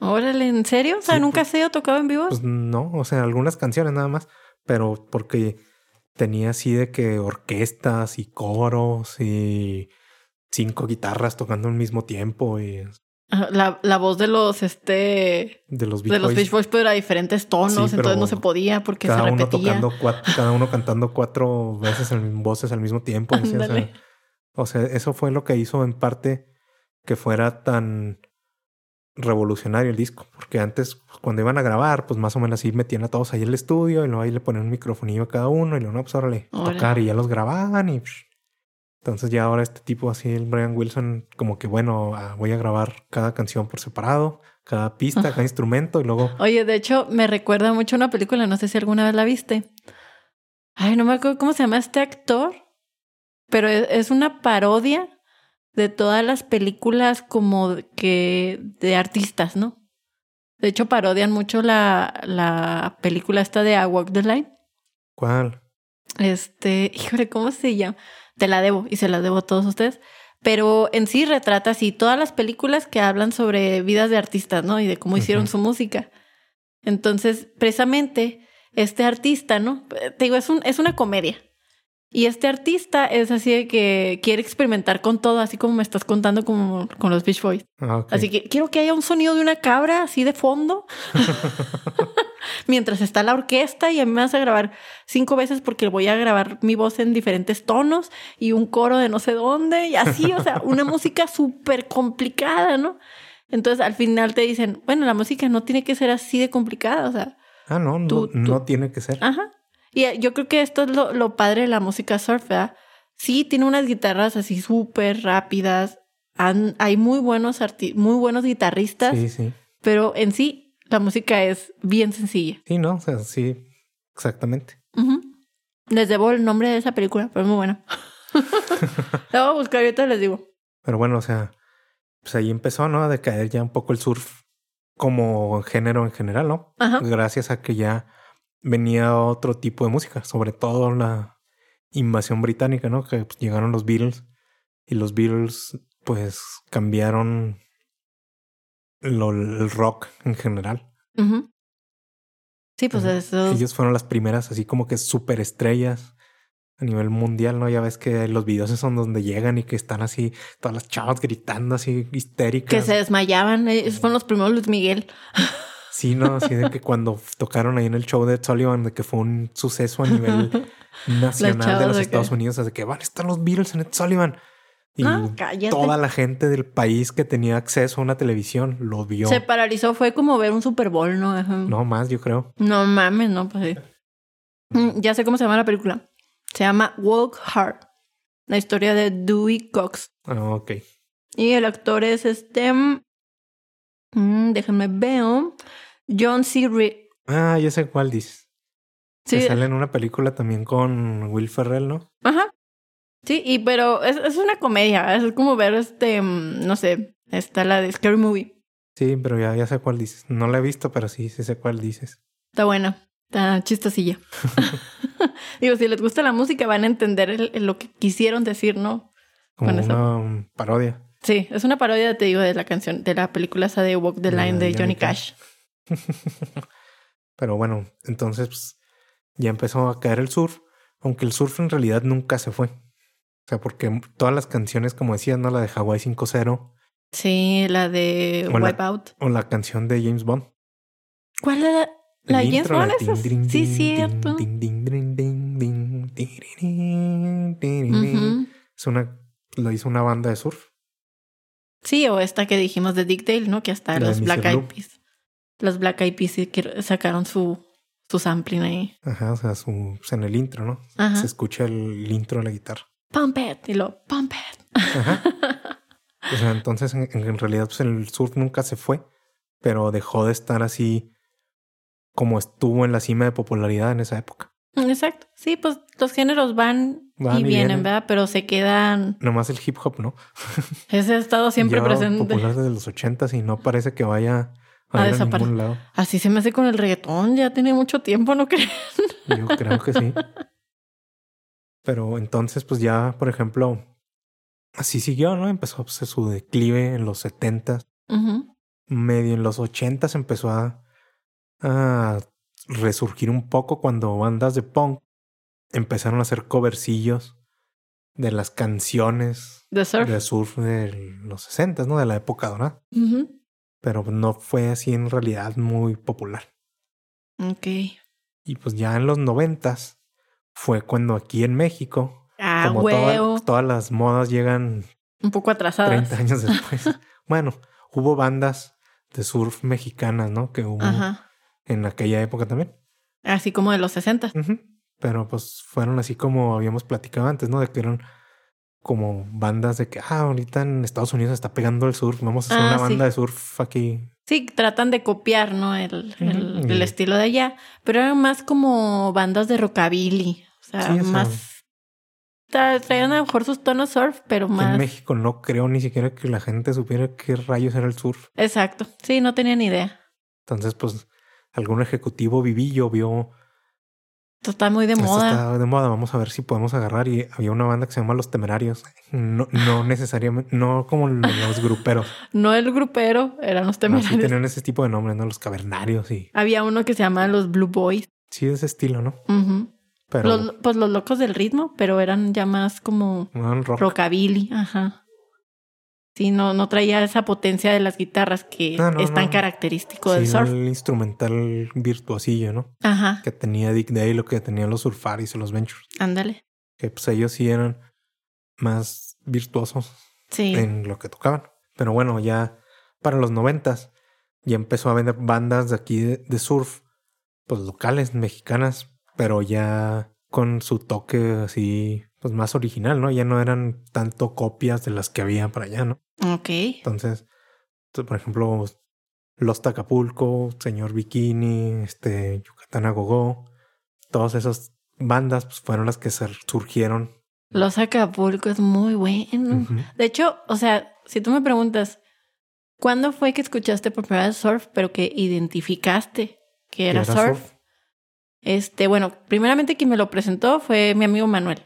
Speaker 1: Órale, ¿en serio? O sea,
Speaker 2: Sí,
Speaker 1: ¿nunca
Speaker 2: pues-
Speaker 1: has sido tocado en vivo?
Speaker 2: Pues no, o sea, algunas canciones nada más, pero porque tenía así de que orquestas y coros y cinco guitarras tocando al mismo tiempo y
Speaker 1: Ajá, La, la voz de los, este,
Speaker 2: de los Beach
Speaker 1: de los
Speaker 2: Boys,
Speaker 1: Beach Boys, pero a diferentes tonos,
Speaker 2: Sí, pero
Speaker 1: entonces no se podía porque se
Speaker 2: cada uno
Speaker 1: repetía.
Speaker 2: tocando cuatro, cada uno cantando cuatro veces al mismo- voces al mismo tiempo. así, o sea,
Speaker 1: Ándale.
Speaker 2: O sea, eso fue lo que hizo en parte que fuera tan revolucionario el disco, porque antes pues, cuando iban a grabar, pues más o menos así metían a todos ahí en el estudio y luego ahí le ponían un microfonillo a cada uno y luego, no, pues órale, a
Speaker 1: Órale.
Speaker 2: tocar y ya los grababan y psh. entonces ya ahora este tipo así, el Brian Wilson, como que bueno, ah, voy a grabar cada canción por separado, cada pista, cada instrumento y luego
Speaker 1: Oye, de hecho, me recuerda mucho a una película, no sé si alguna vez la viste. Ay, no me acuerdo cómo se llama este actor, pero es, es una parodia de todas las películas como que de artistas, ¿no? De hecho, parodian mucho la, la película esta de A Walk the Line.
Speaker 2: ¿cuál?
Speaker 1: Este, híjole, ¿cómo se llama? Te la debo y se la debo a todos ustedes. Pero en sí retrata así todas las películas que hablan sobre vidas de artistas, ¿no? Y de cómo hicieron
Speaker 2: Ujú.
Speaker 1: su música. Entonces, precisamente, este artista, ¿no? Te digo, es, un, es una comedia. Y este artista es así de que quiere experimentar con todo, así como me estás contando como con los Beach Boys.
Speaker 2: Ah, ok.
Speaker 1: Así que quiero que haya un sonido de una cabra así de fondo. Mientras está la orquesta y a mí me vas a grabar cinco veces porque voy a grabar mi voz en diferentes tonos y un coro de no sé dónde y así, o sea, una música súper complicada, ¿no? Entonces al final te dicen, bueno, la música no tiene que ser así de complicada, o sea,
Speaker 2: ah, no, no,
Speaker 1: tú- Ah, tú-
Speaker 2: no tiene que ser.
Speaker 1: ajá. Y eh, yo creo que esto es lo, lo padre de la música surf, ¿verdad? Sí, tiene unas guitarras así súper rápidas. Han- hay muy buenos, arti- muy buenos guitarristas
Speaker 2: sí, sí.
Speaker 1: pero en sí la música es bien sencilla.
Speaker 2: Sí, no, o sea, sí, exactamente.
Speaker 1: Ujú. Les debo el nombre de esa película, pero es muy buena. la voy a buscar y ahorita les digo.
Speaker 2: Pero bueno, o sea, pues ahí empezó, ¿no? A decaer ya un poco el surf como género en general, ¿no?
Speaker 1: Ajá.
Speaker 2: Gracias a que ya venía otro tipo de música, sobre todo la invasión británica, ¿no? Que pues, llegaron los Beatles y los Beatles pues cambiaron lo- el rock en general.
Speaker 1: Ujú. Sí, pues
Speaker 2: Ajá.
Speaker 1: eso.
Speaker 2: Ellos fueron las primeras así como que superestrellas a nivel mundial, ¿no? Ya ves que los videos son donde llegan y que están así todas las chavas gritando así histéricas.
Speaker 1: Que se desmayaban. eh, Esos fueron los primeros Luis Miguel.
Speaker 2: Sí, no, así de que cuando tocaron ahí en el show de Ed Sullivan, de que fue un suceso a nivel nacional de
Speaker 1: chavas
Speaker 2: los
Speaker 1: de que-
Speaker 2: Estados Unidos, de que van a estar los Beatles en Ed Sullivan. Y
Speaker 1: Ah, cállate.
Speaker 2: toda la gente del país que tenía acceso a una televisión lo vio.
Speaker 1: Se paralizó. Fue como ver un Super Bowl, ¿no? Ajá.
Speaker 2: No más, yo creo.
Speaker 1: No mames, no, pues sí. Mm, Ya sé cómo se llama la película. Se llama Walk Hard. La historia de Dewey Cox.
Speaker 2: Ah, ok.
Speaker 1: Y el actor es este. mm, mm, déjenme veo. John C. Reed.
Speaker 2: Ah, ya sé cuál dices.
Speaker 1: Sí.
Speaker 2: Que sale en una película también con Will Ferrell, ¿no?
Speaker 1: Ajá. Sí, y pero es, es una comedia. Es como ver este. mm, No sé. Está la de Scary Movie.
Speaker 2: Sí, pero ya, ya sé cuál dices. No la he visto, pero sí, sí sé cuál dices.
Speaker 1: Está buena. Está chistosilla. Digo, si les gusta la música, van a entender el- el- lo que quisieron decir, ¿no?
Speaker 2: Como
Speaker 1: Con eso.
Speaker 2: una um, parodia.
Speaker 1: Sí, es una parodia, te digo, de la canción, de la película esa de Walk the
Speaker 2: La
Speaker 1: Line
Speaker 2: de
Speaker 1: de Johnny
Speaker 2: Johnny
Speaker 1: Cash.
Speaker 2: Pero bueno, entonces pues, ya empezó a caer el surf, aunque el surf en realidad nunca se fue. O sea, porque todas las canciones, como decía, ¿no? La de Hawaii 5-0
Speaker 1: Sí, la de
Speaker 2: Hola.
Speaker 1: Wipeout.
Speaker 2: o la canción de James Bond.
Speaker 1: ¿Cuál era? La de
Speaker 2: El
Speaker 1: James
Speaker 2: intro, la
Speaker 1: Bond, esa
Speaker 2: tin,
Speaker 1: es-
Speaker 2: tin,
Speaker 1: Sí,
Speaker 2: tin,
Speaker 1: cierto.
Speaker 2: tin, tin, tin, tin, tin, tin, tin, tin, tin.
Speaker 1: Ujú.
Speaker 2: Es una, lo hizo una banda de surf.
Speaker 1: Sí, o esta que dijimos de Dick Dale, ¿no? Que hasta
Speaker 2: La de
Speaker 1: los
Speaker 2: Mr.
Speaker 1: Black Eyed
Speaker 2: Loop.
Speaker 1: Peas. Los Black Eyed Peas sí que sacaron su, su sampling ahí.
Speaker 2: Ajá, o sea, su, pues, en el intro, ¿no?
Speaker 1: Ajá.
Speaker 2: Se escucha el intro de la guitarra.
Speaker 1: Pump it. Y lo pump it.
Speaker 2: Ajá. O sea, entonces en, en realidad pues, el surf nunca se fue, pero dejó de estar así como estuvo en la cima de popularidad en esa época.
Speaker 1: Exacto. Sí, pues los géneros van,
Speaker 2: Van
Speaker 1: y,
Speaker 2: y
Speaker 1: vienen,
Speaker 2: vienen.
Speaker 1: ¿verdad? Pero se quedan.
Speaker 2: Nomás el hip hop, ¿no?
Speaker 1: Ese ha estado siempre
Speaker 2: Lleva
Speaker 1: presente.
Speaker 2: popular desde los ochentas y no parece que vaya
Speaker 1: A
Speaker 2: a, ir a
Speaker 1: desaparecer.
Speaker 2: ningún lado.
Speaker 1: Así se me hace con el reggaetón. Ya tiene mucho tiempo, ¿no crees?
Speaker 2: Yo creo que sí. Pero entonces, pues ya, por ejemplo, así siguió, ¿no? Empezó pues, su declive en los 70
Speaker 1: Ujú.
Speaker 2: medio en los 80 empezó a, a resurgir un poco cuando bandas de punk empezaron a hacer covercillos de las canciones
Speaker 1: The Surf.
Speaker 2: de surf de los 60, ¿no? De la época dorada.
Speaker 1: Ujú.
Speaker 2: Pero no fue así en realidad muy popular.
Speaker 1: Ok.
Speaker 2: Y pues ya en los 90 fue cuando aquí en México,
Speaker 1: Ah,
Speaker 2: como toda-
Speaker 1: huevo. Ah.
Speaker 2: todas las modas llegan
Speaker 1: Un poco atrasadas.
Speaker 2: 30 años después. bueno, hubo bandas de surf mexicanas, ¿no? Que hubo
Speaker 1: Ajá.
Speaker 2: en aquella época también.
Speaker 1: Así como de los 60.
Speaker 2: Ujú. Pero pues fueron así como habíamos platicado antes, ¿no? De que eran como bandas de que, ah, ahorita en Estados Unidos está pegando el surf, vamos a hacer
Speaker 1: Ah,
Speaker 2: una
Speaker 1: sí.
Speaker 2: banda de surf aquí.
Speaker 1: Sí, tratan de copiar, ¿no? El, el-
Speaker 2: Ujú.
Speaker 1: el estilo de allá. Pero eran más como bandas de rockabilly. O sea,
Speaker 2: Sí, o sea-
Speaker 1: más. tra- Traían a lo mejor sus tonos surf, pero
Speaker 2: Que En
Speaker 1: más.
Speaker 2: México no creo ni siquiera que la gente supiera qué rayos era el surf.
Speaker 1: Exacto. Sí, no tenía ni idea.
Speaker 2: Entonces, pues algún ejecutivo vivillo vio,
Speaker 1: Esto está muy de
Speaker 2: "Esto
Speaker 1: moda.
Speaker 2: está de moda, vamos a ver si podemos agarrar. Y había una banda que se llama Los Temerarios. No, no necesariamente, no como los gruperos.
Speaker 1: No el grupero, eran los
Speaker 2: No, sí
Speaker 1: temerarios.
Speaker 2: tenían ese tipo de nombres, ¿no? Los cavernarios y
Speaker 1: Había uno que se llamaba los Blue Boys.
Speaker 2: sí de ese estilo, ¿no?
Speaker 1: Ujú.
Speaker 2: Pero
Speaker 1: Los- pues los locos del ritmo, pero eran ya más como
Speaker 2: eran rock.
Speaker 1: rockabilly, ajá. Sí, no, no traía esa potencia de las guitarras que
Speaker 2: No, no,
Speaker 1: es tan
Speaker 2: no.
Speaker 1: característico
Speaker 2: Sí,
Speaker 1: del
Speaker 2: no
Speaker 1: surf.
Speaker 2: el instrumental virtuosillo, ¿no?
Speaker 1: Ajá,
Speaker 2: Que tenía Dick Dale, lo que tenían los Surfaris y los Ventures.
Speaker 1: ándale.
Speaker 2: Que pues ellos sí eran más virtuosos
Speaker 1: Sí,
Speaker 2: en lo que tocaban. Pero bueno, ya para los noventas ya empezó a vender bandas de aquí de, de surf, pues locales, mexicanas, pero ya con su toque así, pues más original, ¿no? Ya no eran tanto copias de las que había para allá, ¿no?
Speaker 1: ok.
Speaker 2: Entonces, t- por ejemplo, Los Tacapulco, Señor Bikini, este, Yucatán Agogó, todas esas bandas pues, fueron las que se surgieron.
Speaker 1: Los Acapulco es muy bueno.
Speaker 2: Ujú.
Speaker 1: De hecho, o sea, si tú me preguntas, ¿cuándo fue que escuchaste por primera vez surf, pero que identificaste que era,
Speaker 2: Que era
Speaker 1: surf?
Speaker 2: surf.
Speaker 1: Este, bueno, primeramente quien me lo presentó fue mi amigo Manuel.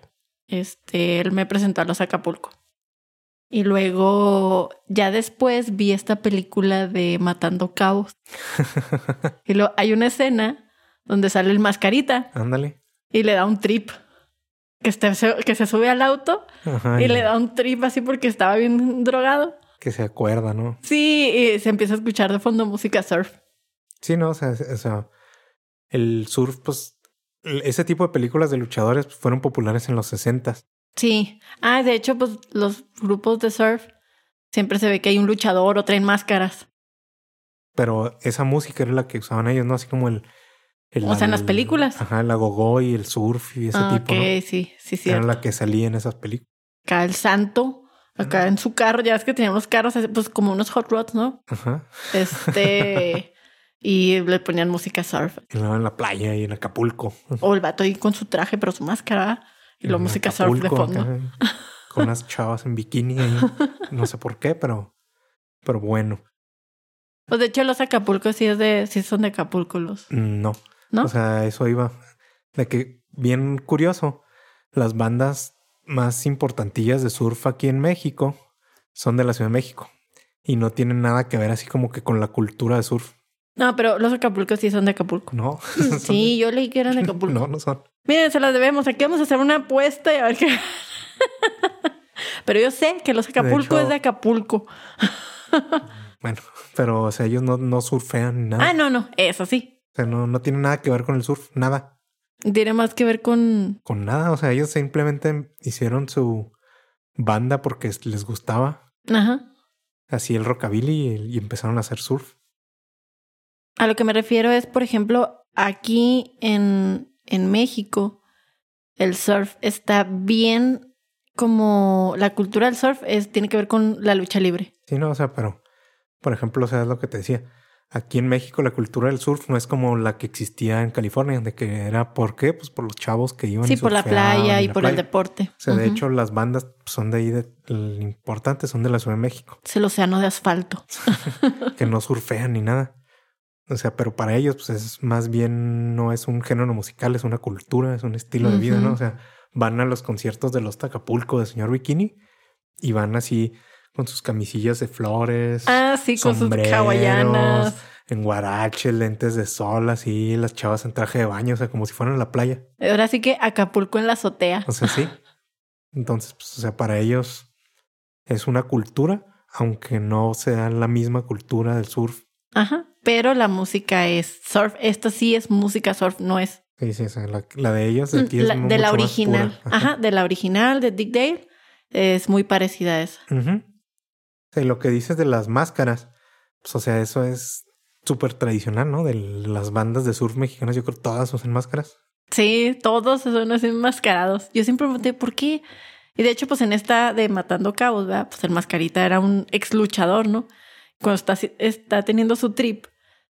Speaker 1: Este, él me presentó a los Acapulco. Y luego, ya después vi esta película de Matando Cabos. y luego hay una escena donde sale el mascarita
Speaker 2: Ándale.
Speaker 1: y le da un trip. Que, este- que se sube al auto
Speaker 2: Ajá,
Speaker 1: y le da un trip así porque estaba bien drogado.
Speaker 2: Que se acuerda, ¿no?
Speaker 1: Sí, y se empieza a escuchar de fondo música surf.
Speaker 2: Sí, no, o sea, es- o sea, el surf, pues, el- ese tipo de películas de luchadores pues, fueron populares en los 60s.
Speaker 1: Sí. Ah, de hecho, pues los grupos de surf siempre se ve que hay un luchador o traen máscaras.
Speaker 2: Pero esa música era la que usaban ellos, ¿no? Así como el... el-
Speaker 1: O sea, en las
Speaker 2: el-
Speaker 1: películas.
Speaker 2: Ajá, el agogó y el surf y ese
Speaker 1: Ah,
Speaker 2: tipo,
Speaker 1: ok,
Speaker 2: ¿no?
Speaker 1: sí, sí, sí.
Speaker 2: Era la que salía en esas películas.
Speaker 1: Acá el santo, acá en su carro, ya ves que tenían unos carros, así, pues como unos hot rods, ¿no?
Speaker 2: Ajá.
Speaker 1: Este. y le ponían música surf.
Speaker 2: Y luego en la playa y en Acapulco.
Speaker 1: O el vato ahí con su traje, pero su máscara. Y la
Speaker 2: En
Speaker 1: música surf de
Speaker 2: Acapulco,
Speaker 1: fondo.
Speaker 2: acá, con unas chavas en bikini ahí. No sé por qué, pero, pero bueno.
Speaker 1: Pues de hecho, los Acapulco sí, es de, sí son de Acapulco los.
Speaker 2: No.
Speaker 1: ¿No?
Speaker 2: O sea, eso iba. De que, bien curioso, las bandas más importantillas de surf aquí en México son de la Ciudad de México. Y no tienen nada que ver así como que con la cultura de surf.
Speaker 1: No, pero los Acapulco sí son de Acapulco.
Speaker 2: No.
Speaker 1: Sí, yo leí que eran de Acapulco.
Speaker 2: No, no son.
Speaker 1: Miren, se las debemos. Aquí vamos a hacer una apuesta y a ver qué. Pero yo sé que los Acapulco
Speaker 2: hecho-
Speaker 1: es de Acapulco.
Speaker 2: Bueno, pero o sea, ellos no, no surfean ni nada.
Speaker 1: Ah, no, no, eso sí.
Speaker 2: O sea, no, no tienen nada que ver con el surf, nada.
Speaker 1: Tiene más que ver con.
Speaker 2: con nada. O sea, ellos simplemente hicieron su banda porque les gustaba
Speaker 1: Ajá.
Speaker 2: así el rockabilly y, y empezaron a hacer surf.
Speaker 1: A lo que me refiero es, por ejemplo, aquí en, en México, el surf está bien como. La cultura del surf es, tiene que ver con la lucha libre.
Speaker 2: Sí, no, o sea, pero por ejemplo, o sea, es lo que te decía. Aquí en México la cultura del surf no es como la que existía en California, de que era por qué, pues por los chavos que iban.
Speaker 1: sí,
Speaker 2: y
Speaker 1: por la
Speaker 2: surfeaban
Speaker 1: playa
Speaker 2: en
Speaker 1: y
Speaker 2: la
Speaker 1: por el
Speaker 2: playa.
Speaker 1: deporte.
Speaker 2: O sea, de
Speaker 1: Ujú.
Speaker 2: hecho, las bandas son de ahí, de, el importante son de la Ciudad de México,
Speaker 1: Es el océano de asfalto.
Speaker 2: que no surfean ni nada. O sea, pero para ellos, pues es más bien no es un género musical, es una cultura, es un estilo de vida, ¿no? O sea, van a los conciertos de los Tacapulco de señor Bikini y van así con sus camisillas de flores.
Speaker 1: Ah, sí, con sus
Speaker 2: sombreros,
Speaker 1: hawaianas.
Speaker 2: En guarache, lentes de sol, así, las chavas en traje de baño, o sea, como si fueran a la playa.
Speaker 1: Ahora sí que Acapulco en la azotea.
Speaker 2: O sea, sí. Entonces, pues, o sea, para ellos es una cultura, aunque no sea la misma cultura del surf.
Speaker 1: Ajá. Pero la música es surf. Esta sí es música surf, no es
Speaker 2: Sí, sí, o sea, la, la de ellos de aquí es
Speaker 1: la-
Speaker 2: mu-
Speaker 1: de la
Speaker 2: mucho más pura.
Speaker 1: original. Ajá. de la original de Dick Dale. Es muy parecida a esa.
Speaker 2: Ujú. O sea, lo que dices de las máscaras, pues, o sea, eso es súper tradicional, ¿no? De las bandas de surf mexicanas, yo creo que todas usan máscaras.
Speaker 1: Sí, todos son así enmascarados. Yo siempre me pregunté por qué. Y de hecho, pues en esta de Matando Cabos, ¿verdad? Pues el mascarita era un ex luchador, ¿no? Cuando está, así- está teniendo su trip,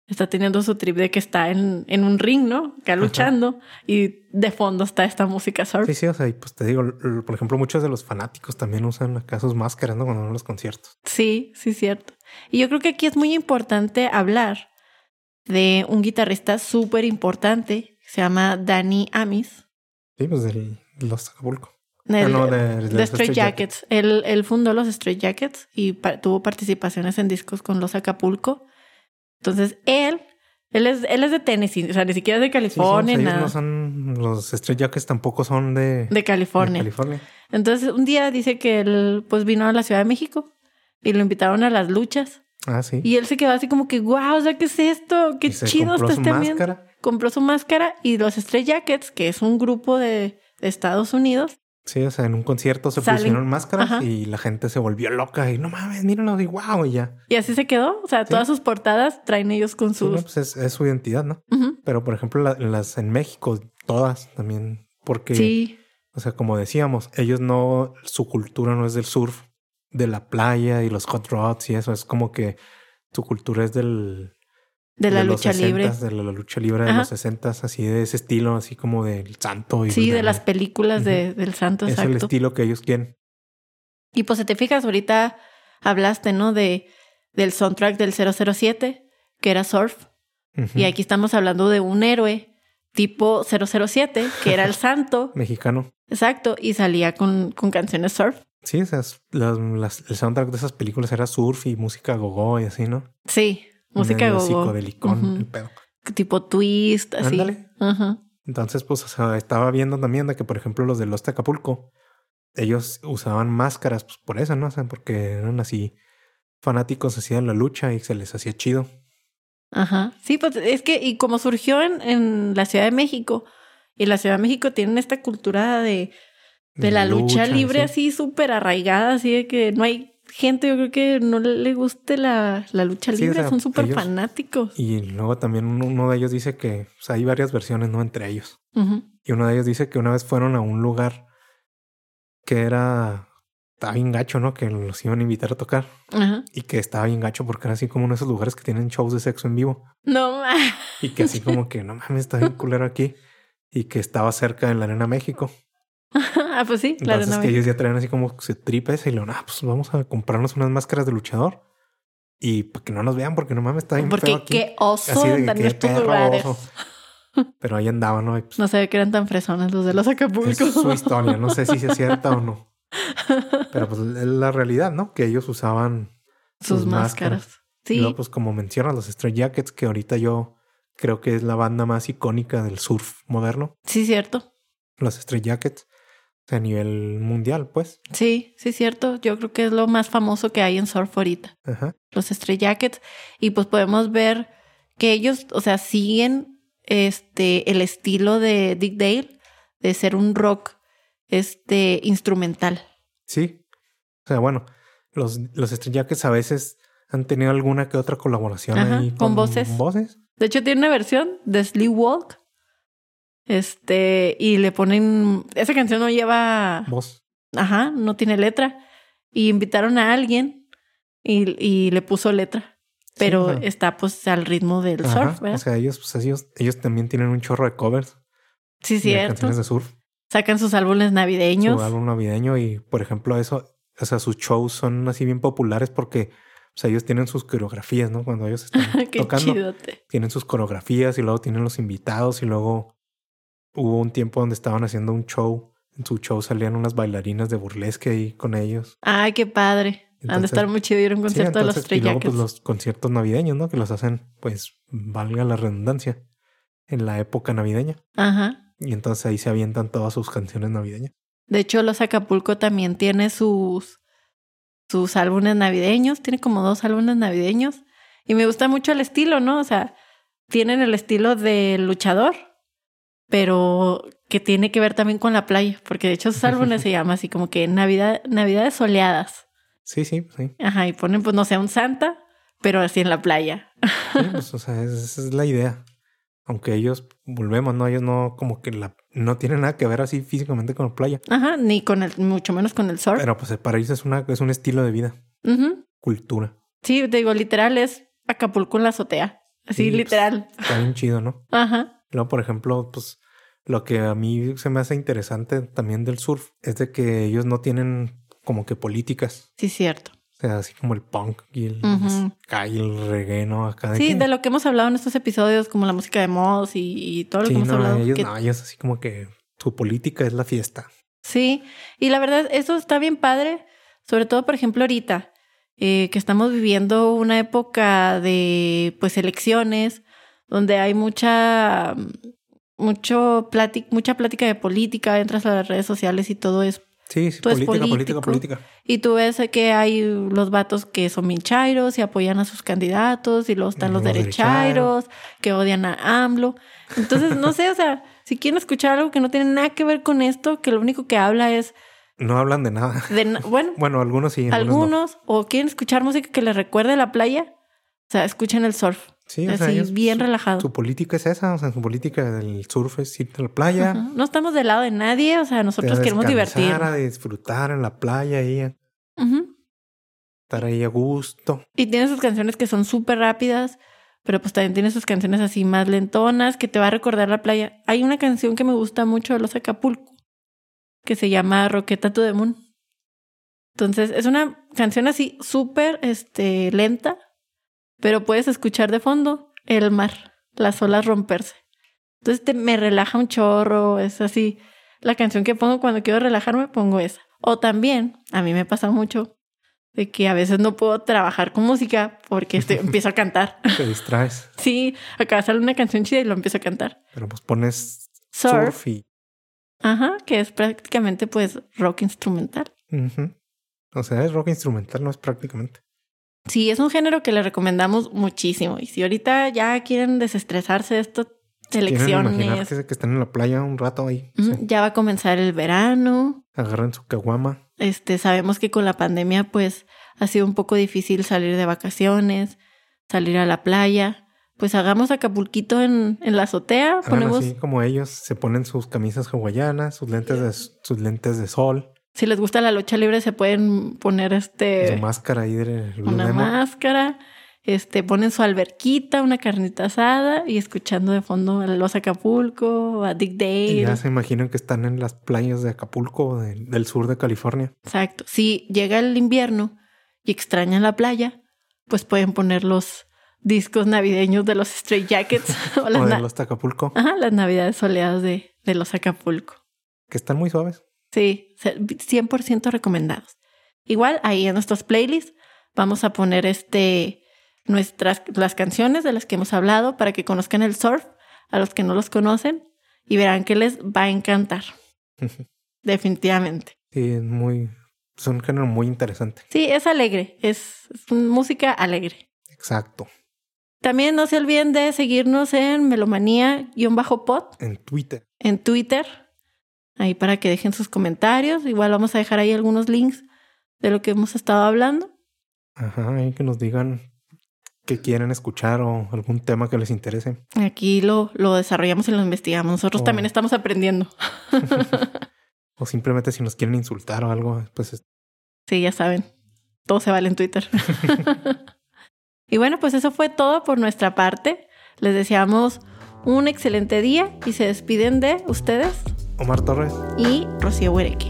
Speaker 1: está teniendo su trip de que está en, en un ring, ¿no? Acá luchando. Y de fondo está esta música surf.
Speaker 2: Sí, sí, o sea, y pues te digo, l- l- por ejemplo, muchos de los fanáticos también usan acá sus máscaras, ¿no? Cuando van a los conciertos.
Speaker 1: Sí, sí, cierto. Y yo creo que aquí es muy importante hablar de un guitarrista súper importante, que se llama Danny Amis,
Speaker 2: Sí, pues del, de los Acapulco.
Speaker 1: de,
Speaker 2: Ah, no, de, de
Speaker 1: de
Speaker 2: los
Speaker 1: Straight
Speaker 2: Straight Jackets.
Speaker 1: Jackets. Él, él fundó los Straight Jackets y pa- tuvo participaciones en discos con los Acapulco. Entonces, él, él es, él es de Tennessee, o sea, ni siquiera es de
Speaker 2: Sí, sí, o sea,
Speaker 1: California,
Speaker 2: ellos
Speaker 1: nada.
Speaker 2: no son, los Straight Jackets tampoco son de, de
Speaker 1: ah. de California.
Speaker 2: California.
Speaker 1: Entonces, un día dice que él pues vino a la Ciudad de México y lo invitaron a las luchas.
Speaker 2: Ah, sí.
Speaker 1: Y él se quedó así como que, wow, o sea, ¿qué es esto? Qué
Speaker 2: Y se
Speaker 1: chido
Speaker 2: compró
Speaker 1: está
Speaker 2: su
Speaker 1: este ambiente".
Speaker 2: máscara.
Speaker 1: Compró su máscara y los Stray Jackets, que es un grupo de, de Estados Unidos.
Speaker 2: Sí, o sea, en un concierto se
Speaker 1: Salen.
Speaker 2: pusieron máscaras
Speaker 1: Ajá.
Speaker 2: y la gente se volvió loca y no mames, míranos y wow, y ya.
Speaker 1: Y así se quedó. O sea,
Speaker 2: Sí.
Speaker 1: todas sus portadas traen ellos con
Speaker 2: Sí,
Speaker 1: sus.
Speaker 2: no, pues es, es su identidad, ¿no?
Speaker 1: Ujú.
Speaker 2: Pero por ejemplo, la- las en México, todas también, porque,
Speaker 1: Sí.
Speaker 2: o sea, como decíamos, ellos no, su cultura no es del surf, de la playa y los hot rods y eso, es como que su cultura es del...
Speaker 1: de la
Speaker 2: los
Speaker 1: lucha libre.
Speaker 2: 60s, de la, la lucha libre de
Speaker 1: Ajá.
Speaker 2: los 60 así de ese estilo, así como del santo. Y
Speaker 1: Sí, de
Speaker 2: del-
Speaker 1: las películas de- del santo,
Speaker 2: Es el
Speaker 1: exacto.
Speaker 2: estilo que ellos quieren.
Speaker 1: Y pues si te fijas, ahorita hablaste, ¿no? De, del soundtrack del 007, que era Surf.
Speaker 2: Ujú.
Speaker 1: Y aquí estamos hablando de un héroe tipo 007, que era el santo.
Speaker 2: Mexicano.
Speaker 1: Exacto, y salía con, con canciones surf.
Speaker 2: Sí, esas, las, las- el soundtrack de esas películas era surf y música gogo y así, ¿no?
Speaker 1: Sí, música
Speaker 2: Medio
Speaker 1: gogo.
Speaker 2: psicodelicón,
Speaker 1: Ujú.
Speaker 2: el pedo.
Speaker 1: Tipo twist, así.
Speaker 2: Ándale.
Speaker 1: Ajá.
Speaker 2: Entonces, pues, o sea, estaba viendo también de que, por ejemplo, los de los de Acapulco, ellos usaban máscaras, pues por eso, ¿no? O sea, porque eran así fanáticos, hacían la lucha y se les hacía chido.
Speaker 1: Ajá. Sí, pues es que, y como surgió en, en la Ciudad de México, y la Ciudad de México tienen esta cultura de, de la lucha, libre
Speaker 2: así.
Speaker 1: así súper arraigada, así de que no hay gente, yo creo que no le le guste la, la lucha
Speaker 2: Sí, o
Speaker 1: libre,
Speaker 2: sea,
Speaker 1: son súper
Speaker 2: ellos-
Speaker 1: fanáticos.
Speaker 2: Y luego también uno, uno de ellos dice que o sea, hay varias versiones, ¿no? Entre ellos.
Speaker 1: Ujú.
Speaker 2: Y uno de ellos dice que una vez fueron a un lugar que era... Estaba bien gacho, ¿no? Que los iban a invitar a tocar.
Speaker 1: Ajá.
Speaker 2: y que estaba bien gacho porque era así como uno de esos lugares que tienen shows de sexo en vivo
Speaker 1: No, ah, ma-
Speaker 2: y que así como que no mames, está bien culero aquí y que estaba cerca de la Arena México.
Speaker 1: ah, pues sí, claro,
Speaker 2: Entonces
Speaker 1: no.
Speaker 2: que ellos ya traían así como se tripes y lo, ah, pues vamos a comprarnos unas máscaras de luchador y para que no nos vean porque no mames, está bien feo
Speaker 1: Porque
Speaker 2: aquí.
Speaker 1: qué oso
Speaker 2: así de
Speaker 1: andar en
Speaker 2: que
Speaker 1: estos
Speaker 2: perro,
Speaker 1: lugares.
Speaker 2: oso. Pero ahí andaban, ¿no? Y pues,
Speaker 1: No sabía que eran tan fresones los de los Acapulco.
Speaker 2: es su historia, no sé si es cierta o no. Pero pues es la realidad, ¿no? Que ellos usaban
Speaker 1: Sus
Speaker 2: sus máscaras.
Speaker 1: máscaras.
Speaker 2: Y
Speaker 1: Sí,
Speaker 2: luego, pues como mencionas, los Stray Jackets, que ahorita yo creo que es la banda más icónica del surf moderno,
Speaker 1: sí, cierto.
Speaker 2: los Stray Jackets, o sea, a nivel mundial, pues.
Speaker 1: Sí, sí, cierto. Yo creo que es lo más famoso que hay en surf ahorita.
Speaker 2: Ajá.
Speaker 1: Los Stray Jackets. Y pues podemos ver que ellos, o sea, siguen este, el estilo de Dick Dale de ser un rock este, instrumental.
Speaker 2: Sí. O sea, bueno, los, los Stray Jackets a veces han tenido alguna que otra colaboración
Speaker 1: Ajá,
Speaker 2: ahí
Speaker 1: con voces.
Speaker 2: voces.
Speaker 1: De hecho, tiene una versión de Sleep Walk. Este, y le ponen. Esa canción no lleva.
Speaker 2: Voz.
Speaker 1: Ajá, no tiene letra. Y invitaron a alguien y, y le puso letra. Pero
Speaker 2: Sí, o sea.
Speaker 1: está pues al ritmo del
Speaker 2: Ajá.
Speaker 1: surf, ¿verdad?
Speaker 2: O sea, ellos, pues ellos, ellos también tienen un chorro de covers
Speaker 1: sí,
Speaker 2: de
Speaker 1: cierto.
Speaker 2: canciones de surf.
Speaker 1: Sacan sus álbumes navideños.
Speaker 2: Su álbum navideño y, por ejemplo, eso, o sea, sus shows son así bien populares porque sea, ellos tienen sus coreografías, ¿no? Cuando ellos están
Speaker 1: Qué
Speaker 2: tocando,
Speaker 1: chidote.
Speaker 2: tienen sus coreografías y luego tienen los invitados y luego hubo un tiempo donde estaban haciendo un show. En su show salían unas bailarinas de burlesque ahí con ellos.
Speaker 1: Ay, qué padre. Han de
Speaker 2: Entonces-
Speaker 1: estar muy chido ir a un
Speaker 2: Sí,
Speaker 1: concierto
Speaker 2: entonces,
Speaker 1: de
Speaker 2: y
Speaker 1: los Stray
Speaker 2: luego, pues,
Speaker 1: Jackets.
Speaker 2: los conciertos navideños, ¿no? Que los hacen, pues, valga la redundancia, en la época navideña.
Speaker 1: Ajá.
Speaker 2: Y entonces ahí se avientan todas sus canciones navideñas.
Speaker 1: De hecho, los Acapulco también tiene sus, sus álbumes navideños. Tiene como dos álbumes navideños. Y me gusta mucho el estilo, ¿no? O sea, tienen el estilo del luchador, pero que tiene que ver también con la playa. Porque de hecho, sus álbumes se llaman así como que Navidad, Navidades soleadas.
Speaker 2: Sí, sí, sí.
Speaker 1: Ajá. Y ponen, pues, no sé, un santa, pero así en la playa.
Speaker 2: Sí, pues, o sea, es- esa es la idea. Aunque ellos, volvemos, ¿no? Ellos no, como que la, no tienen nada que ver así físicamente con la playa.
Speaker 1: Ajá. Ni con el, mucho menos con el surf.
Speaker 2: Pero pues para ellos es, una, es un estilo de vida,
Speaker 1: Ujú.
Speaker 2: cultura.
Speaker 1: Sí, te digo, literal es Acapulco en la azotea. Así,
Speaker 2: Sí, pues.
Speaker 1: literal.
Speaker 2: Está bien chido, ¿no?
Speaker 1: Ajá.
Speaker 2: Luego, por ejemplo, pues lo que a mí se me hace interesante también del surf es de que ellos no tienen como que políticas.
Speaker 1: Sí, cierto.
Speaker 2: O sea, así como el punk y el
Speaker 1: Ujú.
Speaker 2: ska y el reggae, ¿no? Acá de
Speaker 1: Sí,
Speaker 2: que-
Speaker 1: de lo que hemos hablado en estos episodios, como la música de Moss y, y todo lo
Speaker 2: Sí,
Speaker 1: que hemos
Speaker 2: no,
Speaker 1: hablado.
Speaker 2: ellos
Speaker 1: que-
Speaker 2: no, ellos así como que su política es la fiesta.
Speaker 1: Sí, y la verdad, eso está bien padre, sobre todo, por ejemplo, ahorita, eh, que estamos viviendo una época de, pues, elecciones, donde hay mucha, mm, mucho plati- mucha plática de política, entras a las redes sociales y todo es
Speaker 2: Sí, sí,
Speaker 1: Tú eres
Speaker 2: política, política,
Speaker 1: Pues político.
Speaker 2: política.
Speaker 1: Y tú ves que hay los vatos que son bien chairos y apoyan a sus candidatos y luego están los,
Speaker 2: Los
Speaker 1: derechairos que odian a AMLO. Entonces, no sé, o sea, si quieren escuchar algo que no tiene nada que ver con esto, que lo único que habla es
Speaker 2: No hablan de nada.
Speaker 1: de, na- bueno,
Speaker 2: Bueno, algunos sí, algunos, no.
Speaker 1: algunos, o quieren escuchar música que les recuerde la playa, o sea, escuchen el surf.
Speaker 2: Sí, o sea,
Speaker 1: así,
Speaker 2: ellos-
Speaker 1: bien
Speaker 2: su-
Speaker 1: relajado.
Speaker 2: Su política es esa, o sea, su política del surf es irte a la playa.
Speaker 1: Ajá. No estamos del lado de nadie, o sea,
Speaker 2: te
Speaker 1: nosotros queremos
Speaker 2: descansar,
Speaker 1: divertir.
Speaker 2: A disfrutar en la playa y a
Speaker 1: Ujú.
Speaker 2: estar ahí a gusto.
Speaker 1: Y tiene sus canciones que son súper rápidas, pero pues también tiene sus canciones así más lentonas que te va a recordar la playa. Hay una canción que me gusta mucho de los Acapulco que se llama Roqueta to the Moon. Entonces es una canción así súper este, lenta, pero puedes escuchar de fondo el mar, las olas romperse. Entonces te, me relaja un chorro, es así. La canción que pongo cuando quiero relajarme, pongo esa. O también, a mí me pasa mucho, de que a veces no puedo trabajar con música porque estoy- empiezo a cantar.
Speaker 2: Te distraes.
Speaker 1: Sí, acá sale una canción chida y lo empiezo a cantar.
Speaker 2: Pero pues pones
Speaker 1: Surf,
Speaker 2: surf y.
Speaker 1: ajá, que es prácticamente pues rock instrumental.
Speaker 2: Ujú. O sea, es rock instrumental, no es prácticamente.
Speaker 1: Sí, es un género que le recomendamos muchísimo. Y si ahorita ya quieren desestresarse de estas
Speaker 2: Quieren imaginar
Speaker 1: elecciones,
Speaker 2: que, que están en la playa un rato ahí.
Speaker 1: ujú,
Speaker 2: Sí.
Speaker 1: ya va a comenzar el verano,
Speaker 2: Agarran su caguama.
Speaker 1: Este, sabemos que con la pandemia, pues, ha sido un poco difícil salir de vacaciones, salir a la playa. Pues hagamos acapulquito en, en la azotea,
Speaker 2: Hagan
Speaker 1: ponemos,
Speaker 2: así como ellos, se ponen sus camisas hawaianas, sus lentes de, sus lentes de sol,
Speaker 1: si les gusta la lucha libre, se pueden poner este
Speaker 2: su máscara ahí de
Speaker 1: una
Speaker 2: Lululemon.
Speaker 1: máscara, este, ponen su alberquita, una carnita asada, y escuchando de fondo a los Acapulco, a Dick
Speaker 2: Y ya
Speaker 1: Dale.
Speaker 2: se imaginan que están en las playas de Acapulco, de- del sur de California.
Speaker 1: Exacto. Si llega el invierno y extrañan la playa, pues pueden poner los discos navideños de los Stray Jackets o las,
Speaker 2: o de
Speaker 1: na-
Speaker 2: los de Acapulco,
Speaker 1: ajá, las navidades soleadas de, de los Acapulco.
Speaker 2: que están muy suaves.
Speaker 1: Sí, se- 100% recomendados. Igual ahí en nuestros playlists vamos a poner este nuestras las canciones de las que hemos hablado para que conozcan el surf a los que no los conocen y verán que les va a encantar. Definitivamente.
Speaker 2: Sí, es muy. Es un género muy interesante.
Speaker 1: Sí, es alegre, es, es música alegre.
Speaker 2: Exacto.
Speaker 1: También no se olviden de seguirnos en melomanía-pod
Speaker 2: En Twitter.
Speaker 1: en Twitter, ahí para que dejen sus comentarios. Igual vamos a dejar ahí algunos links de lo que hemos estado hablando.
Speaker 2: Ajá, ahí que nos digan qué quieren escuchar o algún tema que les interese.
Speaker 1: Aquí lo, lo desarrollamos y lo investigamos. Nosotros
Speaker 2: Oh.
Speaker 1: también estamos aprendiendo.
Speaker 2: O simplemente si nos quieren insultar o algo, pues es-
Speaker 1: Sí, ya saben, todo se vale en Twitter. y bueno, pues eso fue todo por nuestra parte. Les deseamos un excelente día y se despiden de ustedes
Speaker 2: Omar Torres.
Speaker 1: y Rocío Huereque.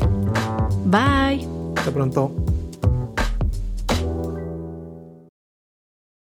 Speaker 1: Bye.
Speaker 2: Hasta pronto.